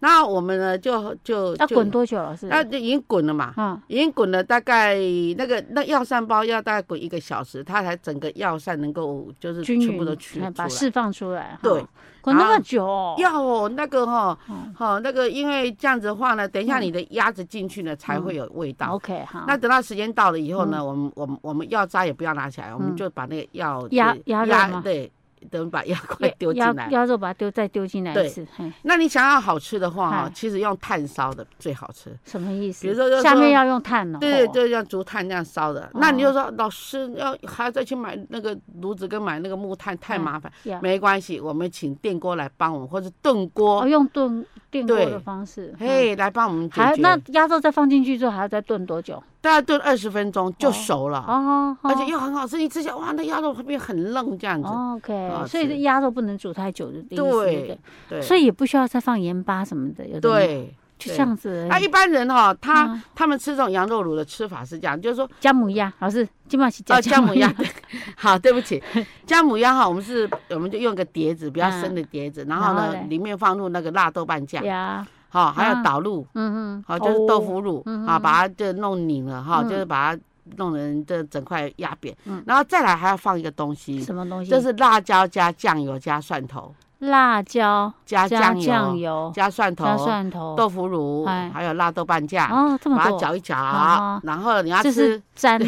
[SPEAKER 1] 那我们呢，就就
[SPEAKER 2] 要
[SPEAKER 1] 就
[SPEAKER 2] 滚多久老师？
[SPEAKER 1] 那就已经滚了嘛。
[SPEAKER 2] 嗯，
[SPEAKER 1] 已经滚了大概那个那药膳包要大概滚一个小时，它才整个药膳能够就是
[SPEAKER 2] 均
[SPEAKER 1] 全
[SPEAKER 2] 匀
[SPEAKER 1] 部都取
[SPEAKER 2] 哎
[SPEAKER 1] 出
[SPEAKER 2] 把
[SPEAKER 1] 来。
[SPEAKER 2] 释放出来。哈
[SPEAKER 1] 对，
[SPEAKER 2] 滚那
[SPEAKER 1] 然
[SPEAKER 2] 么
[SPEAKER 1] 后
[SPEAKER 2] 久哦，
[SPEAKER 1] 要哦，那个哈、
[SPEAKER 2] 嗯
[SPEAKER 1] 好、那个因为这样子的话呢，等一下
[SPEAKER 2] 嗯
[SPEAKER 1] 你的鸭子进去呢、才会有味道。
[SPEAKER 2] OK 哈。
[SPEAKER 1] 那等到时间到了以后呢，
[SPEAKER 2] 嗯
[SPEAKER 1] 我们我们我们药渣也不要拿起来，我们就把那个药
[SPEAKER 2] 鸭
[SPEAKER 1] 对
[SPEAKER 2] 鸭肉吗
[SPEAKER 1] 对，等于把鸭块
[SPEAKER 2] 鸭
[SPEAKER 1] 丢进
[SPEAKER 2] 鸭
[SPEAKER 1] 来。
[SPEAKER 2] 鸭肉把它丢再丢进来一
[SPEAKER 1] 对
[SPEAKER 2] 次，嘿
[SPEAKER 1] 那你想要好吃的话哈
[SPEAKER 2] 嗨，哦
[SPEAKER 1] 其实用炭烧的最好吃。
[SPEAKER 2] 什么意思？
[SPEAKER 1] 比如说就是
[SPEAKER 2] 下面
[SPEAKER 1] 说
[SPEAKER 2] 要用炭哦。
[SPEAKER 1] 对对，就
[SPEAKER 2] 吼
[SPEAKER 1] 像竹炭这样烧
[SPEAKER 2] 哦
[SPEAKER 1] 的。那你就说老师要还要再去买那个炉子跟买那个木炭太
[SPEAKER 2] 嗯
[SPEAKER 1] 麻烦，
[SPEAKER 2] 呀
[SPEAKER 1] 没关系，我们请电锅来帮我们，或者炖
[SPEAKER 2] 哦，
[SPEAKER 1] 锅，
[SPEAKER 2] 用炖电锅
[SPEAKER 1] 对
[SPEAKER 2] 的方式。嗯
[SPEAKER 1] 嘿，来帮我们解
[SPEAKER 2] 还
[SPEAKER 1] 决。
[SPEAKER 2] 那鸭肉再放进去之后还要再炖多久？
[SPEAKER 1] 大概炖二十分钟就
[SPEAKER 2] 哦
[SPEAKER 1] 熟了，
[SPEAKER 2] 哦，
[SPEAKER 1] 啊而且又很好吃。你吃起来哇，那鸭肉会变很嫩这样子，
[SPEAKER 2] 哦 OK，
[SPEAKER 1] 啊
[SPEAKER 2] 所以
[SPEAKER 1] 是
[SPEAKER 2] 这鸭肉不能煮太久的意思，
[SPEAKER 1] 对
[SPEAKER 2] 不对？
[SPEAKER 1] 对，
[SPEAKER 2] 所
[SPEAKER 1] 以
[SPEAKER 2] 以也不需要再放盐巴什么的，有的没有
[SPEAKER 1] 对。
[SPEAKER 2] 就这样子
[SPEAKER 1] 那
[SPEAKER 2] 而已。
[SPEAKER 1] 一般人哈、他、
[SPEAKER 2] 嗯
[SPEAKER 1] 他们吃这种羊肉卤的吃法是这样， 就是说，
[SPEAKER 2] 姜母鸭，老师基本上是
[SPEAKER 1] 哦，
[SPEAKER 2] 叫
[SPEAKER 1] 姜母鸭， 对好，对不 起，姜母鸭哈，我们是，我们就用个碟子，比较深的碟子，然后
[SPEAKER 2] 嗯然后
[SPEAKER 1] 呢
[SPEAKER 2] 嘞，
[SPEAKER 1] 里面放入那个辣豆瓣酱，
[SPEAKER 2] 呀，
[SPEAKER 1] 好、还
[SPEAKER 2] 啊
[SPEAKER 1] 有导入，
[SPEAKER 2] 嗯嗯，
[SPEAKER 1] 好、就是豆
[SPEAKER 2] 哦，
[SPEAKER 1] 腐乳，
[SPEAKER 2] 嗯
[SPEAKER 1] 啊，
[SPEAKER 2] 嗯
[SPEAKER 1] 把它就弄拧了哈、
[SPEAKER 2] 嗯
[SPEAKER 1] 就是把它弄成这整块压扁，
[SPEAKER 2] 嗯
[SPEAKER 1] 然后再来还要放一个东西，
[SPEAKER 2] 什么东西？
[SPEAKER 1] 就是辣椒加酱油加蒜头。
[SPEAKER 2] 辣椒
[SPEAKER 1] 加
[SPEAKER 2] 加
[SPEAKER 1] 酱油、
[SPEAKER 2] 酱油
[SPEAKER 1] 加蒜头、
[SPEAKER 2] 加蒜头，
[SPEAKER 1] 豆腐乳，
[SPEAKER 2] 哎
[SPEAKER 1] 还有辣豆瓣酱，
[SPEAKER 2] 哦，这么
[SPEAKER 1] 把它
[SPEAKER 2] 多，
[SPEAKER 1] 搅一搅
[SPEAKER 2] 啊哈，
[SPEAKER 1] 然后你要
[SPEAKER 2] 就
[SPEAKER 1] 吃
[SPEAKER 2] 是沾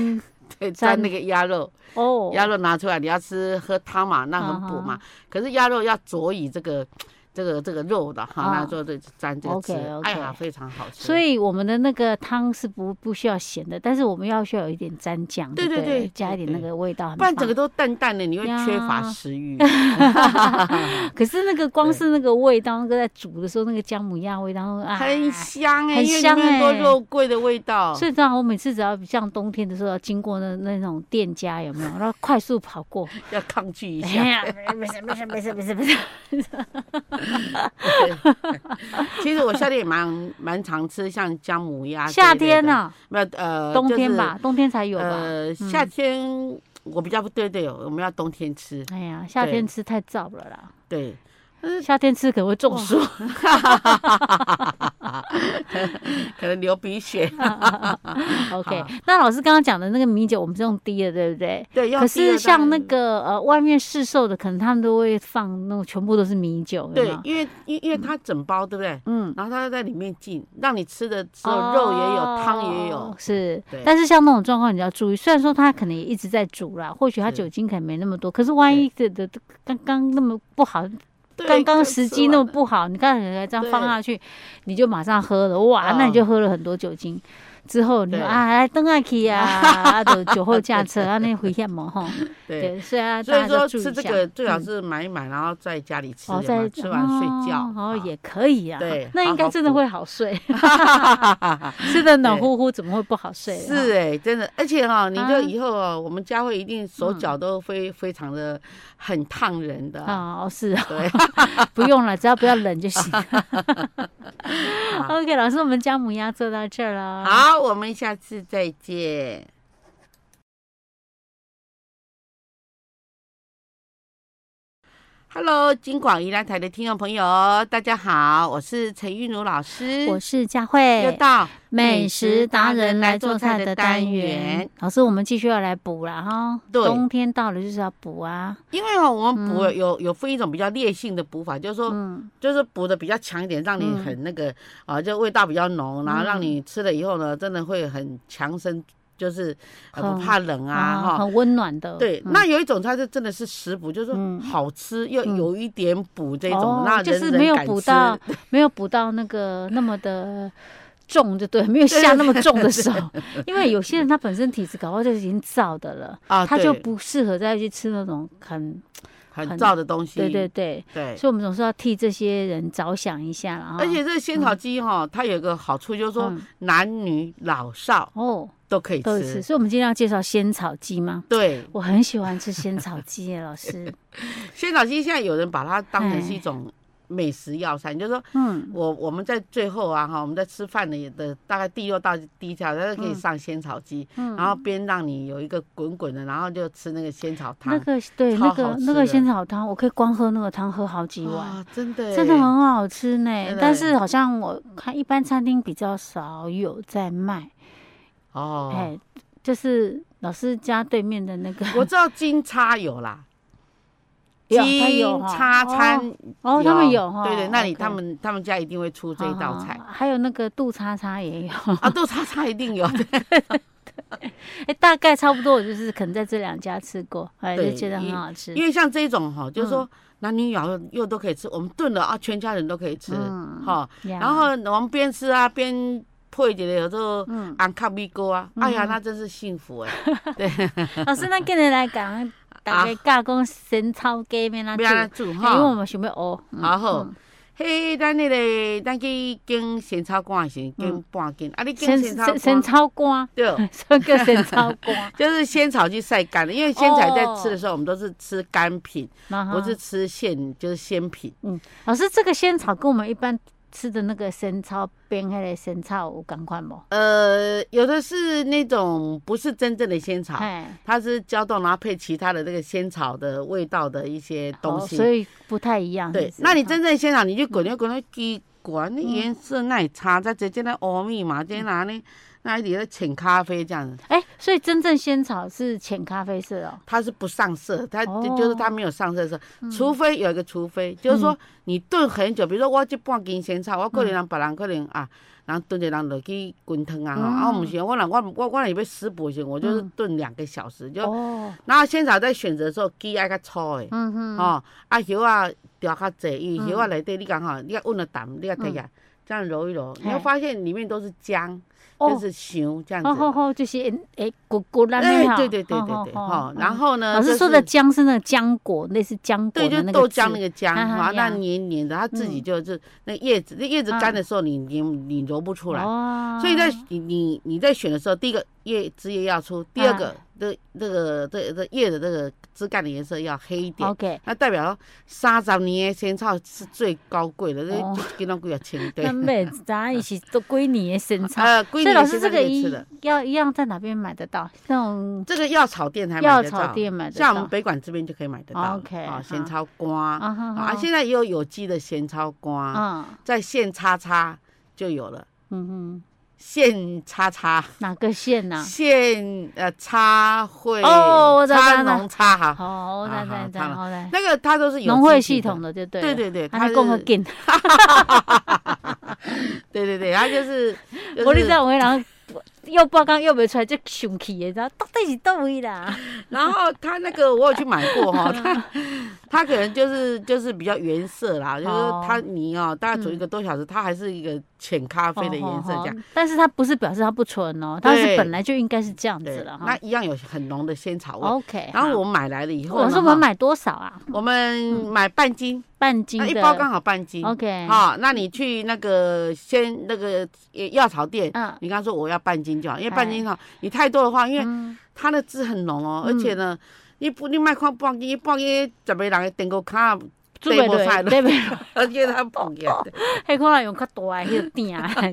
[SPEAKER 1] 对
[SPEAKER 2] 沾
[SPEAKER 1] 蘸那个鸭肉，
[SPEAKER 2] 哦，
[SPEAKER 1] 鸭肉拿出来你 要吃喝汤嘛，那很补
[SPEAKER 2] 啊
[SPEAKER 1] 嘛。可是鸭肉要佐以这个这个这个肉的哈，
[SPEAKER 2] 啊
[SPEAKER 1] 那做这蘸这个吃，
[SPEAKER 2] OK，OK
[SPEAKER 1] 哎呀非常好吃。
[SPEAKER 2] 所以我们的那个汤是不不需要咸的，但是我们要需要有一点沾酱，
[SPEAKER 1] 对
[SPEAKER 2] 对
[SPEAKER 1] 对
[SPEAKER 2] 不
[SPEAKER 1] 对
[SPEAKER 2] 加一
[SPEAKER 1] 对
[SPEAKER 2] 点那
[SPEAKER 1] 对
[SPEAKER 2] 个味道，很
[SPEAKER 1] 不然整
[SPEAKER 2] 棒
[SPEAKER 1] 个都淡淡的，你会
[SPEAKER 2] 呀
[SPEAKER 1] 缺乏食 欲。
[SPEAKER 2] 可是那个光
[SPEAKER 1] 对
[SPEAKER 2] 是那个味道，那个在煮的时候那个姜母鸭味道啊，
[SPEAKER 1] 很香哎，
[SPEAKER 2] 很
[SPEAKER 1] 因为里
[SPEAKER 2] 香
[SPEAKER 1] 面很多
[SPEAKER 2] 哎
[SPEAKER 1] 肉桂的味道。
[SPEAKER 2] 所以这样，我每次只要像冬天的时候，要经过那那种店家有没有，然后快速跑过，
[SPEAKER 1] 要抗拒一
[SPEAKER 2] 哎
[SPEAKER 1] 下。
[SPEAKER 2] 呀，没事没事没事没事没事，
[SPEAKER 1] 其实我夏天也蛮蛮常吃像姜母鸭这一类的。
[SPEAKER 2] 夏天呢、
[SPEAKER 1] 没有呃，
[SPEAKER 2] 冬
[SPEAKER 1] 就
[SPEAKER 2] 天
[SPEAKER 1] 是
[SPEAKER 2] 吧，冬天才有吧。嗯
[SPEAKER 1] 呃，夏天我比较不对对哦，我们要冬天吃，
[SPEAKER 2] 哎呀，夏天
[SPEAKER 1] 对
[SPEAKER 2] 吃太燥了啦，
[SPEAKER 1] 对，
[SPEAKER 2] 夏天吃可能会中暑。
[SPEAKER 1] 可能流鼻 血，
[SPEAKER 2] 啊 OK，
[SPEAKER 1] 好
[SPEAKER 2] 那老师刚刚讲的那个米酒，我们是用滴的，对不对？
[SPEAKER 1] 对。要
[SPEAKER 2] 可
[SPEAKER 1] 第二
[SPEAKER 2] 是
[SPEAKER 1] 道
[SPEAKER 2] 像那个呃，外面市售的，可能他们都会放那种全部都是米酒，有没
[SPEAKER 1] 对
[SPEAKER 2] 有，？
[SPEAKER 1] 因为因因为它整包对不对？
[SPEAKER 2] 嗯，
[SPEAKER 1] 然后它在里面浸，让你吃的时候肉也有，汤也
[SPEAKER 2] 哦
[SPEAKER 1] 有，嗯
[SPEAKER 2] 是
[SPEAKER 1] 对。
[SPEAKER 2] 但是像那种状况，你要注意。虽然说它可能也一直在煮啦，或许它
[SPEAKER 1] 是
[SPEAKER 2] 酒精可能没那么多，可是万一的的的刚刚那么不好，
[SPEAKER 1] 对
[SPEAKER 2] 刚刚
[SPEAKER 1] 就
[SPEAKER 2] 时
[SPEAKER 1] 吃
[SPEAKER 2] 机
[SPEAKER 1] 完
[SPEAKER 2] 那么
[SPEAKER 1] 了
[SPEAKER 2] 不好，你看人家这样
[SPEAKER 1] 对
[SPEAKER 2] 放下去，你就马上喝了，哇，
[SPEAKER 1] 啊
[SPEAKER 2] 那你就喝了很多酒精。之后你说
[SPEAKER 1] 对
[SPEAKER 2] 啊，来登下去 啊，啊，就酒后驾车啊，那危险嘛吼。
[SPEAKER 1] 对。
[SPEAKER 2] 对，所以啊，
[SPEAKER 1] 所以
[SPEAKER 2] 大家
[SPEAKER 1] 说
[SPEAKER 2] 就注意
[SPEAKER 1] 吃这
[SPEAKER 2] 一下
[SPEAKER 1] 个最好
[SPEAKER 2] 嗯
[SPEAKER 1] 是买一买，然后在家里吃，
[SPEAKER 2] 哦，
[SPEAKER 1] 有没
[SPEAKER 2] 在
[SPEAKER 1] 有吃完睡觉，
[SPEAKER 2] 哦，
[SPEAKER 1] 啊
[SPEAKER 2] 也可以啊。
[SPEAKER 1] 对
[SPEAKER 2] 那应该
[SPEAKER 1] 好好
[SPEAKER 2] 真的
[SPEAKER 1] 补
[SPEAKER 2] 会 好睡。 吃的暖
[SPEAKER 1] 对
[SPEAKER 2] 乎乎，怎么会不好睡？
[SPEAKER 1] 是哎、真的，而且哈、你
[SPEAKER 2] 啊
[SPEAKER 1] 就以后哦，我们家会一定手
[SPEAKER 2] 嗯
[SPEAKER 1] 脚都非非常的很烫人的啊，
[SPEAKER 2] 啊，哦是啊，
[SPEAKER 1] 对，
[SPEAKER 2] 不用了，只要不要冷就行。OK，老师，我们姜母鸭做到这儿了。
[SPEAKER 1] 好，我们下次再见。Hello，金广宜兰台的听众朋友，大家好，我是陈韵如老师，
[SPEAKER 2] 我是佳
[SPEAKER 1] 又
[SPEAKER 2] 慧，
[SPEAKER 1] 到
[SPEAKER 2] 美食达人来做菜的单元。。老师，我们继续要来补了哈。
[SPEAKER 1] 对
[SPEAKER 2] 冬天到了就是要补啊。
[SPEAKER 1] 因为哦，我们补有有有分一种比较烈性的补法，就是说
[SPEAKER 2] 嗯，
[SPEAKER 1] 就是补的比较强一点，让你
[SPEAKER 2] 嗯
[SPEAKER 1] 哦很那个啊、就味道比较浓，然后让你吃了以后呢，真的会很强身就是呃不
[SPEAKER 2] 很
[SPEAKER 1] 怕冷啊哈。
[SPEAKER 2] 很温暖的。
[SPEAKER 1] 对，
[SPEAKER 2] 嗯
[SPEAKER 1] 那有一种它是真的是食补，就是说
[SPEAKER 2] 嗯
[SPEAKER 1] 好吃又
[SPEAKER 2] 嗯
[SPEAKER 1] 有一点补这种，
[SPEAKER 2] 哦
[SPEAKER 1] 那人
[SPEAKER 2] 就是
[SPEAKER 1] 人
[SPEAKER 2] 没有
[SPEAKER 1] 敢
[SPEAKER 2] 补
[SPEAKER 1] 吃
[SPEAKER 2] 到，没有补到那个那么的。重就对，没有下那么重的手，因为有些人他本身体质搞不好就已经燥的了，
[SPEAKER 1] 啊，
[SPEAKER 2] 他就
[SPEAKER 1] 对
[SPEAKER 2] 不适合再去吃那种很，
[SPEAKER 1] 很
[SPEAKER 2] 很
[SPEAKER 1] 燥的东西。
[SPEAKER 2] 对对对，
[SPEAKER 1] 对
[SPEAKER 2] 所以我们总是要替这些人着想一下啦。
[SPEAKER 1] 而且这个仙草鸡哈、它有个好处就是说
[SPEAKER 2] 嗯
[SPEAKER 1] 男女老少
[SPEAKER 2] 哦，
[SPEAKER 1] 都可以
[SPEAKER 2] 都有吃，
[SPEAKER 1] 吃。
[SPEAKER 2] 所以我们今天要介绍仙草鸡吗？
[SPEAKER 1] 对，
[SPEAKER 2] 我很喜欢吃仙草鸡耶，老师。
[SPEAKER 1] 仙草鸡现在有人把它当成是一
[SPEAKER 2] 哎
[SPEAKER 1] 种美食药膳，就是说
[SPEAKER 2] 嗯，
[SPEAKER 1] 我我们在最后啊哈，我们在吃饭的的大概第六道第一条，它
[SPEAKER 2] 嗯
[SPEAKER 1] 就可以上仙草鸡，然后边让你有一个滚滚的，然后就吃那个仙草 汤。
[SPEAKER 2] 那个对，
[SPEAKER 1] 超
[SPEAKER 2] 那
[SPEAKER 1] 好
[SPEAKER 2] 个
[SPEAKER 1] 吃
[SPEAKER 2] 那
[SPEAKER 1] 的
[SPEAKER 2] 个仙草汤，我可以光喝那个汤喝好几碗。
[SPEAKER 1] 哇，啊真的
[SPEAKER 2] 真的
[SPEAKER 1] 耶
[SPEAKER 2] 很好吃
[SPEAKER 1] 真
[SPEAKER 2] 呢，
[SPEAKER 1] 的
[SPEAKER 2] 但
[SPEAKER 1] 耶
[SPEAKER 2] 是好像我看一般餐厅比较少有在卖，
[SPEAKER 1] 哦。
[SPEAKER 2] 哎、就是老师家对面的那个，
[SPEAKER 1] 我知道金叉有啦，
[SPEAKER 2] 有它
[SPEAKER 1] 金
[SPEAKER 2] 有哈
[SPEAKER 1] 叉餐
[SPEAKER 2] 哦，他们有哈，
[SPEAKER 1] 对对，那里
[SPEAKER 2] OK
[SPEAKER 1] 他们他们家一定会出这一道菜
[SPEAKER 2] 好好好还有那个杜叉叉也有，
[SPEAKER 1] 啊，豆叉叉一定 有。
[SPEAKER 2] 哎、大概差不多，我就是可能在这两家吃过，哎，
[SPEAKER 1] 对
[SPEAKER 2] 就觉得
[SPEAKER 1] 因
[SPEAKER 2] 很好吃，
[SPEAKER 1] 因为像这种哈，就是
[SPEAKER 2] 嗯
[SPEAKER 1] 说男女老幼又都可以吃，我们炖了啊，全家人都可以吃
[SPEAKER 2] 嗯
[SPEAKER 1] 哈。
[SPEAKER 2] 呀
[SPEAKER 1] 然后我们边吃啊边配一个有时候
[SPEAKER 2] 嗯，
[SPEAKER 1] 安卡米锅啊，哎呀，
[SPEAKER 2] 嗯
[SPEAKER 1] 那真是幸福 哎！
[SPEAKER 2] 老师，那今日来 讲，大家教讲仙草鸡面啦
[SPEAKER 1] 不啊
[SPEAKER 2] 煮，
[SPEAKER 1] 要
[SPEAKER 2] 哎
[SPEAKER 1] 来煮
[SPEAKER 2] 因为
[SPEAKER 1] 哈，
[SPEAKER 2] 我们想要学，嗯
[SPEAKER 1] 好好
[SPEAKER 2] 嗯。
[SPEAKER 1] 嘿，咱那个咱去拣仙草干的时候，
[SPEAKER 2] 嗯
[SPEAKER 1] 拣半斤，啊，你拣
[SPEAKER 2] 仙
[SPEAKER 1] 仙草
[SPEAKER 2] 仙仙
[SPEAKER 1] 干
[SPEAKER 2] 草干，
[SPEAKER 1] 对。
[SPEAKER 2] 什么叫仙草 干？
[SPEAKER 1] 就是仙草去晒干的，
[SPEAKER 2] 哦
[SPEAKER 1] 因为仙草在吃的时候，我们都是吃干品，不
[SPEAKER 2] 我
[SPEAKER 1] 是吃现，就是鲜品。
[SPEAKER 2] 老师，这个仙草跟我们一般吃的那个仙草边那个仙草有同款无？
[SPEAKER 1] 呃，有的是那种不是真正的仙草，
[SPEAKER 2] 哎，
[SPEAKER 1] 它是胶冻，然后配其他的那个仙草的味道的一些东
[SPEAKER 2] 哦
[SPEAKER 1] 西。
[SPEAKER 2] 所以不太一样。
[SPEAKER 1] 对
[SPEAKER 2] 是，不是
[SPEAKER 1] 那你真正仙草，你就
[SPEAKER 2] 嗯
[SPEAKER 1] 滚来滚来，鸡管那颜色那也差，再直接那欧米嘛，
[SPEAKER 2] 嗯
[SPEAKER 1] 直接拿那那一点浅咖啡这样子，
[SPEAKER 2] 哎、所以真正仙草是浅咖啡色哦。
[SPEAKER 1] 它是不上色，它就、
[SPEAKER 2] 哦嗯
[SPEAKER 1] 就是它没有上色的时候，除非有一个除非，就是说你炖很久，比如说我这半斤仙
[SPEAKER 2] 嗯
[SPEAKER 1] 草，我可能人别人可能啊，人炖一人落去滚汤啊，吼、
[SPEAKER 2] 嗯
[SPEAKER 1] 啊，我们是，我若我我我若要食补型，我就是
[SPEAKER 2] 嗯
[SPEAKER 1] 炖两个小时，就、
[SPEAKER 2] 哦，
[SPEAKER 1] 然后仙草在选择的时候，鸡爱较粗的，
[SPEAKER 2] 嗯哼，
[SPEAKER 1] 哦，啊叶啊调较济，因为叶啊内底你讲吼，你要温了淡，你要摕下、这样揉一揉，你会
[SPEAKER 2] 嗯嘿
[SPEAKER 1] 发现里面都是姜，
[SPEAKER 2] 哦
[SPEAKER 1] 就是香这样子。
[SPEAKER 2] 哦吼吼，就是诶骨骨啦
[SPEAKER 1] 哎
[SPEAKER 2] 那样。
[SPEAKER 1] 对对对对对，哈、然后呢，
[SPEAKER 2] 哦嗯老
[SPEAKER 1] 就
[SPEAKER 2] 师说
[SPEAKER 1] 是
[SPEAKER 2] 的姜是那个浆果，类似浆果
[SPEAKER 1] 对，
[SPEAKER 2] 的
[SPEAKER 1] 就
[SPEAKER 2] 那个
[SPEAKER 1] 豆浆
[SPEAKER 2] 字
[SPEAKER 1] 那个浆
[SPEAKER 2] 啊
[SPEAKER 1] 啊，那
[SPEAKER 2] 呀嗯
[SPEAKER 1] 黏黏的，它自己就是那叶子，那叶子干的时候你你你揉不出来，
[SPEAKER 2] 哦
[SPEAKER 1] 所以在你你你在选的时候，第一个叶枝叶要粗，第二个
[SPEAKER 2] 啊
[SPEAKER 1] 这这个这这叶的这个枝干的颜色要黑一点。
[SPEAKER 2] OK，
[SPEAKER 1] 那代表说三十年的仙草是最高贵的，
[SPEAKER 2] 哦
[SPEAKER 1] 这跟那贵啊要清对
[SPEAKER 2] 那。 妹子咱一起都归你的仙 草。
[SPEAKER 1] 呃，
[SPEAKER 2] 所
[SPEAKER 1] 龟
[SPEAKER 2] 以
[SPEAKER 1] 年
[SPEAKER 2] 老
[SPEAKER 1] 仙
[SPEAKER 2] 师
[SPEAKER 1] 草
[SPEAKER 2] 这
[SPEAKER 1] 是
[SPEAKER 2] 个
[SPEAKER 1] 可以
[SPEAKER 2] 一
[SPEAKER 1] 吃的，
[SPEAKER 2] 要要在哪边买得到？那种
[SPEAKER 1] 这个药草店才买
[SPEAKER 2] 药
[SPEAKER 1] 得
[SPEAKER 2] 草
[SPEAKER 1] 到，
[SPEAKER 2] 店买得
[SPEAKER 1] 像我们
[SPEAKER 2] 到。哦
[SPEAKER 1] 北馆这边就可以买得到。
[SPEAKER 2] OK，
[SPEAKER 1] 啊，仙
[SPEAKER 2] 好
[SPEAKER 1] 草瓜
[SPEAKER 2] 啊哈
[SPEAKER 1] 啊，
[SPEAKER 2] 哈
[SPEAKER 1] 现在也有有机的仙草瓜。
[SPEAKER 2] 嗯
[SPEAKER 1] 在线叉叉就有了，
[SPEAKER 2] 嗯嗯，
[SPEAKER 1] 线叉叉，
[SPEAKER 2] 哪个县啊呐？
[SPEAKER 1] 线呃叉会
[SPEAKER 2] 哦我知道
[SPEAKER 1] 叉
[SPEAKER 2] 知道
[SPEAKER 1] 农叉哈，
[SPEAKER 2] 好，
[SPEAKER 1] 啊
[SPEAKER 2] 来
[SPEAKER 1] 好
[SPEAKER 2] 来
[SPEAKER 1] 差
[SPEAKER 2] 来，
[SPEAKER 1] 了
[SPEAKER 2] 好来，
[SPEAKER 1] 那个它都是有
[SPEAKER 2] 农会
[SPEAKER 1] 机
[SPEAKER 2] 系
[SPEAKER 1] 体的
[SPEAKER 2] 统，的就对了。
[SPEAKER 1] 对对对，
[SPEAKER 2] 啊，
[SPEAKER 1] 它
[SPEAKER 2] 那共和
[SPEAKER 1] 是，
[SPEAKER 2] 建，
[SPEAKER 1] 对对对，它 就是，就是
[SPEAKER 2] 我你知道我然后又报告又没出来就生气的，然后到底是到位 啦？
[SPEAKER 1] 然后它那个我有去买过 哈，它它可能就是就是比较原色啦，就是说
[SPEAKER 2] 哦
[SPEAKER 1] 它你哦，大概煮一个多小时，它还是一个浅咖啡的颜色这样。
[SPEAKER 2] 样，哦但是它不是表示它不纯哦，它
[SPEAKER 1] 对
[SPEAKER 2] 是本来就应该是这样子
[SPEAKER 1] 对，
[SPEAKER 2] 了
[SPEAKER 1] 那
[SPEAKER 2] 哈。
[SPEAKER 1] 一样有很浓的仙草味。
[SPEAKER 2] OK，
[SPEAKER 1] 然后
[SPEAKER 2] 好
[SPEAKER 1] 我买来了以后呢，
[SPEAKER 2] 老师哦我们
[SPEAKER 1] 哈
[SPEAKER 2] 买多少啊？
[SPEAKER 1] 我们买半斤，
[SPEAKER 2] 半斤
[SPEAKER 1] 那啊
[SPEAKER 2] 的
[SPEAKER 1] 一包刚好半斤。
[SPEAKER 2] OK，
[SPEAKER 1] 好、那你去那个先那个呃药草店，
[SPEAKER 2] 嗯
[SPEAKER 1] 你刚说我要半斤就好，因为
[SPEAKER 2] 哎
[SPEAKER 1] 半斤哈，你太多的话，因为
[SPEAKER 2] 嗯，
[SPEAKER 1] 它的汁很浓哦，
[SPEAKER 2] 嗯
[SPEAKER 1] 而且呢，你不你卖看半斤，一半斤十个人点个卡，
[SPEAKER 2] 做袂
[SPEAKER 1] 不下
[SPEAKER 2] 落， 对不对？
[SPEAKER 1] 而且它碰掉。
[SPEAKER 2] 迄可能用较大诶迄个鼎。老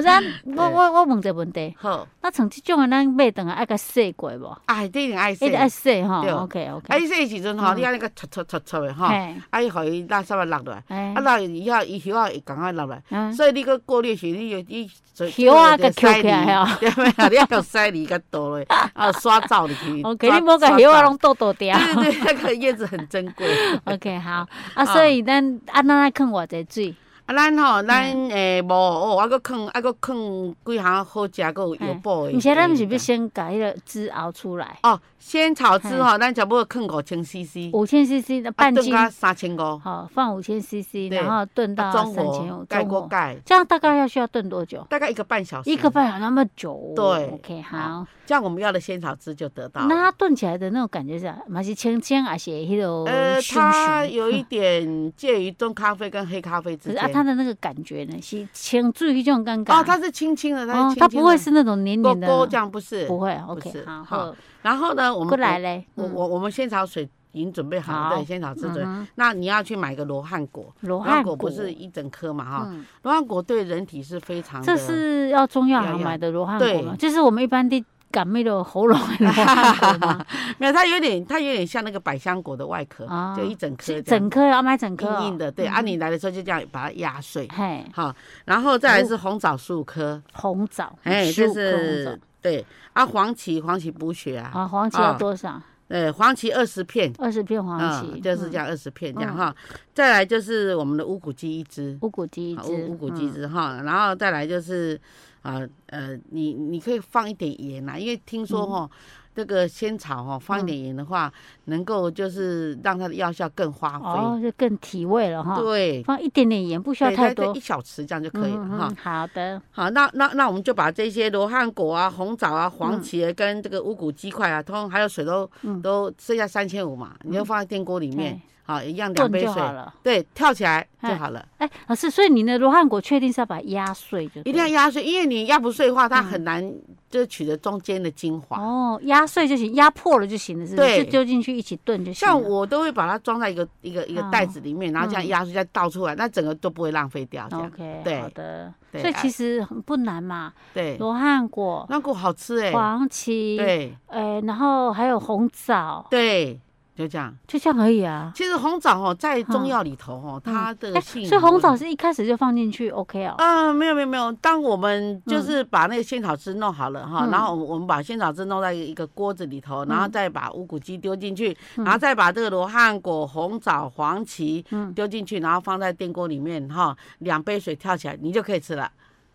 [SPEAKER 2] 师，啊 我我我问一个问题，
[SPEAKER 1] 好，
[SPEAKER 2] 那像即种诶，咱买顿来啊爱甲洗过无？
[SPEAKER 1] 哎，你一定爱
[SPEAKER 2] 一
[SPEAKER 1] 洗
[SPEAKER 2] 直，爱洗吼
[SPEAKER 1] 对
[SPEAKER 2] ，OK OK。
[SPEAKER 1] 爱洗的时阵吼，
[SPEAKER 2] 嗯
[SPEAKER 1] 你爱那个搓搓搓搓的吼，
[SPEAKER 2] 嘿，
[SPEAKER 1] 啊，伊互伊垃圾啊落落来，
[SPEAKER 2] 哎
[SPEAKER 1] 啊，落以后伊叶啊会赶快落来。
[SPEAKER 2] 嗯
[SPEAKER 1] 所以你个过滤时，你有你所
[SPEAKER 2] 叶啊甲捡起来 哦
[SPEAKER 1] 对不对？你要用塞泥甲倒 落，啊，刷灶入去。
[SPEAKER 2] ，OK，
[SPEAKER 1] 刷
[SPEAKER 2] 哦你无甲叶啊。
[SPEAKER 1] 刷
[SPEAKER 2] 拢倒倒掉。
[SPEAKER 1] 灶对对对，那个叶子很珍贵。
[SPEAKER 2] 啊 OK，好啊，所以咱啊，咱爱放偌济水，
[SPEAKER 1] 啊，咱吼，咱
[SPEAKER 2] 嗯
[SPEAKER 1] 诶无哦，啊，搁囥啊，搁囥几项好食，搁有药补诶。
[SPEAKER 2] 而且咱毋哎是要先把迄个汁熬出来，
[SPEAKER 1] 哦，仙草汁吼，咱差不多囥五千 CC，
[SPEAKER 2] 五千 CC
[SPEAKER 1] 啊，
[SPEAKER 2] 的哎半
[SPEAKER 1] 炖
[SPEAKER 2] 斤，
[SPEAKER 1] 到三千五，
[SPEAKER 2] 好放五千 CC，
[SPEAKER 1] 对
[SPEAKER 2] 然后炖到
[SPEAKER 1] 啊，
[SPEAKER 2] 三
[SPEAKER 1] 中
[SPEAKER 2] 千五，
[SPEAKER 1] 火盖
[SPEAKER 2] 中
[SPEAKER 1] 锅
[SPEAKER 2] 火，
[SPEAKER 1] 盖，
[SPEAKER 2] 这样大概要需要炖多久？
[SPEAKER 1] 大概一个半小时。
[SPEAKER 2] 一个，半小时那么久哦，
[SPEAKER 1] 对
[SPEAKER 2] ，OK，
[SPEAKER 1] 好
[SPEAKER 2] 好。
[SPEAKER 1] 这样我们要的仙草汁就得到了。
[SPEAKER 2] 那它炖起来的那种感觉是啊，嘛是清清还是迄种
[SPEAKER 1] 呃，
[SPEAKER 2] 熏
[SPEAKER 1] 它
[SPEAKER 2] 熏？
[SPEAKER 1] 有一点介于中咖啡跟黑咖啡
[SPEAKER 2] 可
[SPEAKER 1] 之
[SPEAKER 2] 是
[SPEAKER 1] 间。
[SPEAKER 2] 啊，它的那个感觉呢是清注意这种尴尬
[SPEAKER 1] 哦，它是轻轻的，它
[SPEAKER 2] 哦
[SPEAKER 1] 是，轻
[SPEAKER 2] 它
[SPEAKER 1] 轻
[SPEAKER 2] 不会
[SPEAKER 1] 的
[SPEAKER 2] 是那种黏
[SPEAKER 1] 勾
[SPEAKER 2] 黏的，
[SPEAKER 1] 勾这样，不是？
[SPEAKER 2] 不会
[SPEAKER 1] 不是
[SPEAKER 2] ，OK，好，
[SPEAKER 1] 好
[SPEAKER 2] 好，
[SPEAKER 1] 然后呢，我们
[SPEAKER 2] 过来嘞，
[SPEAKER 1] 我
[SPEAKER 2] 嗯
[SPEAKER 1] 我我们仙草水已经准备好了，
[SPEAKER 2] 好
[SPEAKER 1] 对，仙草汁对。
[SPEAKER 2] 嗯哼
[SPEAKER 1] 那你要去买个罗汉果，
[SPEAKER 2] 罗
[SPEAKER 1] 罗
[SPEAKER 2] 汉
[SPEAKER 1] 果
[SPEAKER 2] 果
[SPEAKER 1] 不是一整颗嘛哈？
[SPEAKER 2] 嗯
[SPEAKER 1] 罗汉果对人体是非常的，
[SPEAKER 2] 这是要中药
[SPEAKER 1] 要
[SPEAKER 2] 行
[SPEAKER 1] 要
[SPEAKER 2] 买的罗汉果吗
[SPEAKER 1] 对？
[SPEAKER 2] 就是我们一般的感冒的喉咙的罗汉果 吗？
[SPEAKER 1] 没有它有点它有点像那个百香果的外壳
[SPEAKER 2] 啊，
[SPEAKER 1] 就一整颗
[SPEAKER 2] 是
[SPEAKER 1] 这
[SPEAKER 2] 整
[SPEAKER 1] 样
[SPEAKER 2] 颗要买整颗哦，
[SPEAKER 1] 硬硬的，对。啊，你来的时候就这样把它压碎，
[SPEAKER 2] 嘿，
[SPEAKER 1] 好，然后再
[SPEAKER 2] 哦
[SPEAKER 1] 来是红枣十五颗，
[SPEAKER 2] 红枣，
[SPEAKER 1] 哎，
[SPEAKER 2] 15
[SPEAKER 1] 就
[SPEAKER 2] 颗红枣
[SPEAKER 1] 是对啊，黄芪黄芪补血啊，
[SPEAKER 2] 啊，黄芪
[SPEAKER 1] 啊
[SPEAKER 2] 要多少？
[SPEAKER 1] 呃，黄芪二十片，
[SPEAKER 2] 二十片黄芪，嗯
[SPEAKER 1] 嗯，就是这
[SPEAKER 2] 样。
[SPEAKER 1] 样二十片这样哈。再来就是我们的乌骨鸡一只，啊
[SPEAKER 2] 乌骨嗯鸡一
[SPEAKER 1] 好
[SPEAKER 2] 只，
[SPEAKER 1] 乌乌骨鸡
[SPEAKER 2] 嗯
[SPEAKER 1] 一只哈，然后再来就是啊呃，你你可以放一点盐啦，因为听
[SPEAKER 2] 嗯
[SPEAKER 1] 说哈。这个仙草哦，放一点盐的话，能够就是让它的药效更发
[SPEAKER 2] 哦
[SPEAKER 1] 挥。，
[SPEAKER 2] 就更提味了哈。
[SPEAKER 1] 对，
[SPEAKER 2] 放一点点盐，不需要
[SPEAKER 1] 对，
[SPEAKER 2] 太
[SPEAKER 1] 它
[SPEAKER 2] 多
[SPEAKER 1] 一。小匙这样就可以了
[SPEAKER 2] 嗯
[SPEAKER 1] 哈
[SPEAKER 2] 嗯。好的，
[SPEAKER 1] 好，那那那我们就把这些罗汉果啊、红枣啊、黄芪跟这个乌骨鸡块啊，通通还有水都
[SPEAKER 2] 嗯
[SPEAKER 1] 都剩下三千五嘛，你就放在电锅里面
[SPEAKER 2] 对，
[SPEAKER 1] 好，一样两
[SPEAKER 2] 炖
[SPEAKER 1] 杯
[SPEAKER 2] 就
[SPEAKER 1] 水，
[SPEAKER 2] 好了。
[SPEAKER 1] 对，跳起来
[SPEAKER 2] 哎
[SPEAKER 1] 就好了，
[SPEAKER 2] 哎，老师，所以你的罗汉果确定是要把它压碎就
[SPEAKER 1] 一
[SPEAKER 2] 对
[SPEAKER 1] 定要
[SPEAKER 2] 了
[SPEAKER 1] 压碎，因为你压不碎的话，它很难就取得中间的精华。
[SPEAKER 2] 嗯哦，压碎就行，压破了就行了，是不是？
[SPEAKER 1] 对
[SPEAKER 2] 就丢进去一起炖就行了。
[SPEAKER 1] 像我都会把它装在一个一个一个
[SPEAKER 2] 啊哦
[SPEAKER 1] 袋子里面，然后这样
[SPEAKER 2] 嗯哦
[SPEAKER 1] 压碎再倒出来，那整个都不会浪费掉。这样
[SPEAKER 2] OK，
[SPEAKER 1] 对
[SPEAKER 2] 好的。
[SPEAKER 1] 对
[SPEAKER 2] 所以
[SPEAKER 1] 啊
[SPEAKER 2] 其实很不难嘛，
[SPEAKER 1] 对，
[SPEAKER 2] 罗汉果、
[SPEAKER 1] 那果好吃哎，
[SPEAKER 2] 黄芪，
[SPEAKER 1] 对
[SPEAKER 2] 呃，然后还有红枣，
[SPEAKER 1] 对，就这样。
[SPEAKER 2] 就这样而已啊。
[SPEAKER 1] 其实红枣哦，在中药里头哦，它的
[SPEAKER 2] 嗯哎，
[SPEAKER 1] 性
[SPEAKER 2] 所以红
[SPEAKER 1] 很
[SPEAKER 2] 枣是一开始就放进去 OK 哦。
[SPEAKER 1] 嗯，没有没有没有，当我们就是把那个仙草汁弄好了哈，
[SPEAKER 2] 嗯
[SPEAKER 1] 然后我们我们把仙草汁弄在一个锅子里头，然后
[SPEAKER 2] 嗯
[SPEAKER 1] 再把乌骨鸡丢进去，
[SPEAKER 2] 嗯
[SPEAKER 1] 然后再把这个罗汉果、红枣、黄芪
[SPEAKER 2] 嗯
[SPEAKER 1] 丢进去，然后放在电锅里面哈，两杯水跳起来，你就可以吃了。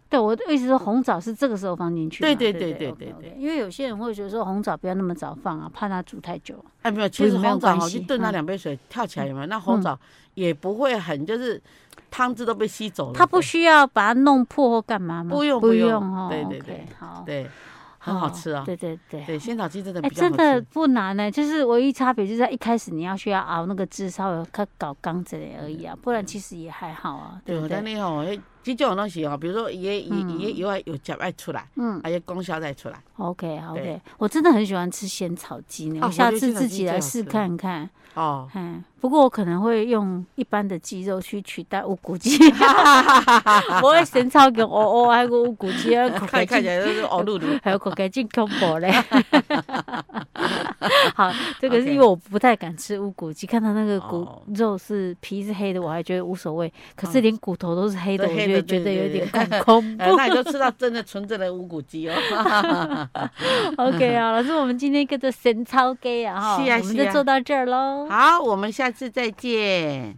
[SPEAKER 2] 对，我的意思说红枣是这个时候放进去嘛。
[SPEAKER 1] 对对对
[SPEAKER 2] 对
[SPEAKER 1] 对
[SPEAKER 2] 对
[SPEAKER 1] 对
[SPEAKER 2] OK，OK 因为有些人会觉得说红枣不要那么早放啊，怕它煮太久。
[SPEAKER 1] 哎，没有，其实
[SPEAKER 2] 没有
[SPEAKER 1] 红枣
[SPEAKER 2] 关
[SPEAKER 1] 哈，
[SPEAKER 2] 系
[SPEAKER 1] 就炖那
[SPEAKER 2] 嗯
[SPEAKER 1] 两杯水跳起来有没有？那红枣也不会很就是汤汁都被吸走了。
[SPEAKER 2] 它不需要把它弄破或干嘛吗？
[SPEAKER 1] 不用
[SPEAKER 2] 不
[SPEAKER 1] 不用
[SPEAKER 2] 哦。
[SPEAKER 1] 对对
[SPEAKER 2] OK，
[SPEAKER 1] 对
[SPEAKER 2] 好，
[SPEAKER 1] 对，很好吃啊。
[SPEAKER 2] 哦对对对。
[SPEAKER 1] 对，仙草鸡真的
[SPEAKER 2] 哎，
[SPEAKER 1] 比较好
[SPEAKER 2] 真
[SPEAKER 1] 吃。
[SPEAKER 2] 的不难呢、就是唯一差别就在一开始你要需要熬那个汁，稍微搞搞刚之类而已啊，不然其实也还好啊，对
[SPEAKER 1] 对，
[SPEAKER 2] 不
[SPEAKER 1] 但
[SPEAKER 2] 对？
[SPEAKER 1] 你吼，迄即种东西吼，比如说伊个伊
[SPEAKER 2] 嗯
[SPEAKER 1] 伊个药爱有汁爱出来，
[SPEAKER 2] 嗯
[SPEAKER 1] 啊，伊功效再出来。
[SPEAKER 2] ，OK 好
[SPEAKER 1] 对
[SPEAKER 2] OK，我真的很喜欢吃仙草鸡呢，
[SPEAKER 1] 啊
[SPEAKER 2] 我下
[SPEAKER 1] 我觉
[SPEAKER 2] 次
[SPEAKER 1] 得
[SPEAKER 2] 自己
[SPEAKER 1] 仙
[SPEAKER 2] 来试
[SPEAKER 1] 草鸡最好吃
[SPEAKER 2] 看看。
[SPEAKER 1] 哦，
[SPEAKER 2] 嗯，不过我可能会用一般的鸡肉去取代乌骨鸡，我会先炒个哦哦，还有乌骨鸡，还有口
[SPEAKER 1] 看
[SPEAKER 2] 感
[SPEAKER 1] 看起来都是哦噜噜。
[SPEAKER 2] 还有口感进恐怖嘞。 好，这个
[SPEAKER 1] OK
[SPEAKER 2] 是因为我不太敢吃乌骨鸡，看到那个骨
[SPEAKER 1] 哦嗯
[SPEAKER 2] 肉是皮是黑的，我还觉得无所谓，可是连骨头都是黑的，
[SPEAKER 1] 对
[SPEAKER 2] 我
[SPEAKER 1] 黑的
[SPEAKER 2] 就会觉得
[SPEAKER 1] 对
[SPEAKER 2] 有
[SPEAKER 1] 对
[SPEAKER 2] 点
[SPEAKER 1] 对
[SPEAKER 2] 恐恐
[SPEAKER 1] 哎，
[SPEAKER 2] 怖。
[SPEAKER 1] 那你就吃到真的纯正的无骨鸡哦。
[SPEAKER 2] OK 啊，老师，我们今天跟着神操 gay 啊哈，
[SPEAKER 1] 是啊
[SPEAKER 2] 我们
[SPEAKER 1] 是
[SPEAKER 2] 就
[SPEAKER 1] 啊
[SPEAKER 2] 做到这儿喽。
[SPEAKER 1] 好，我们下次再见。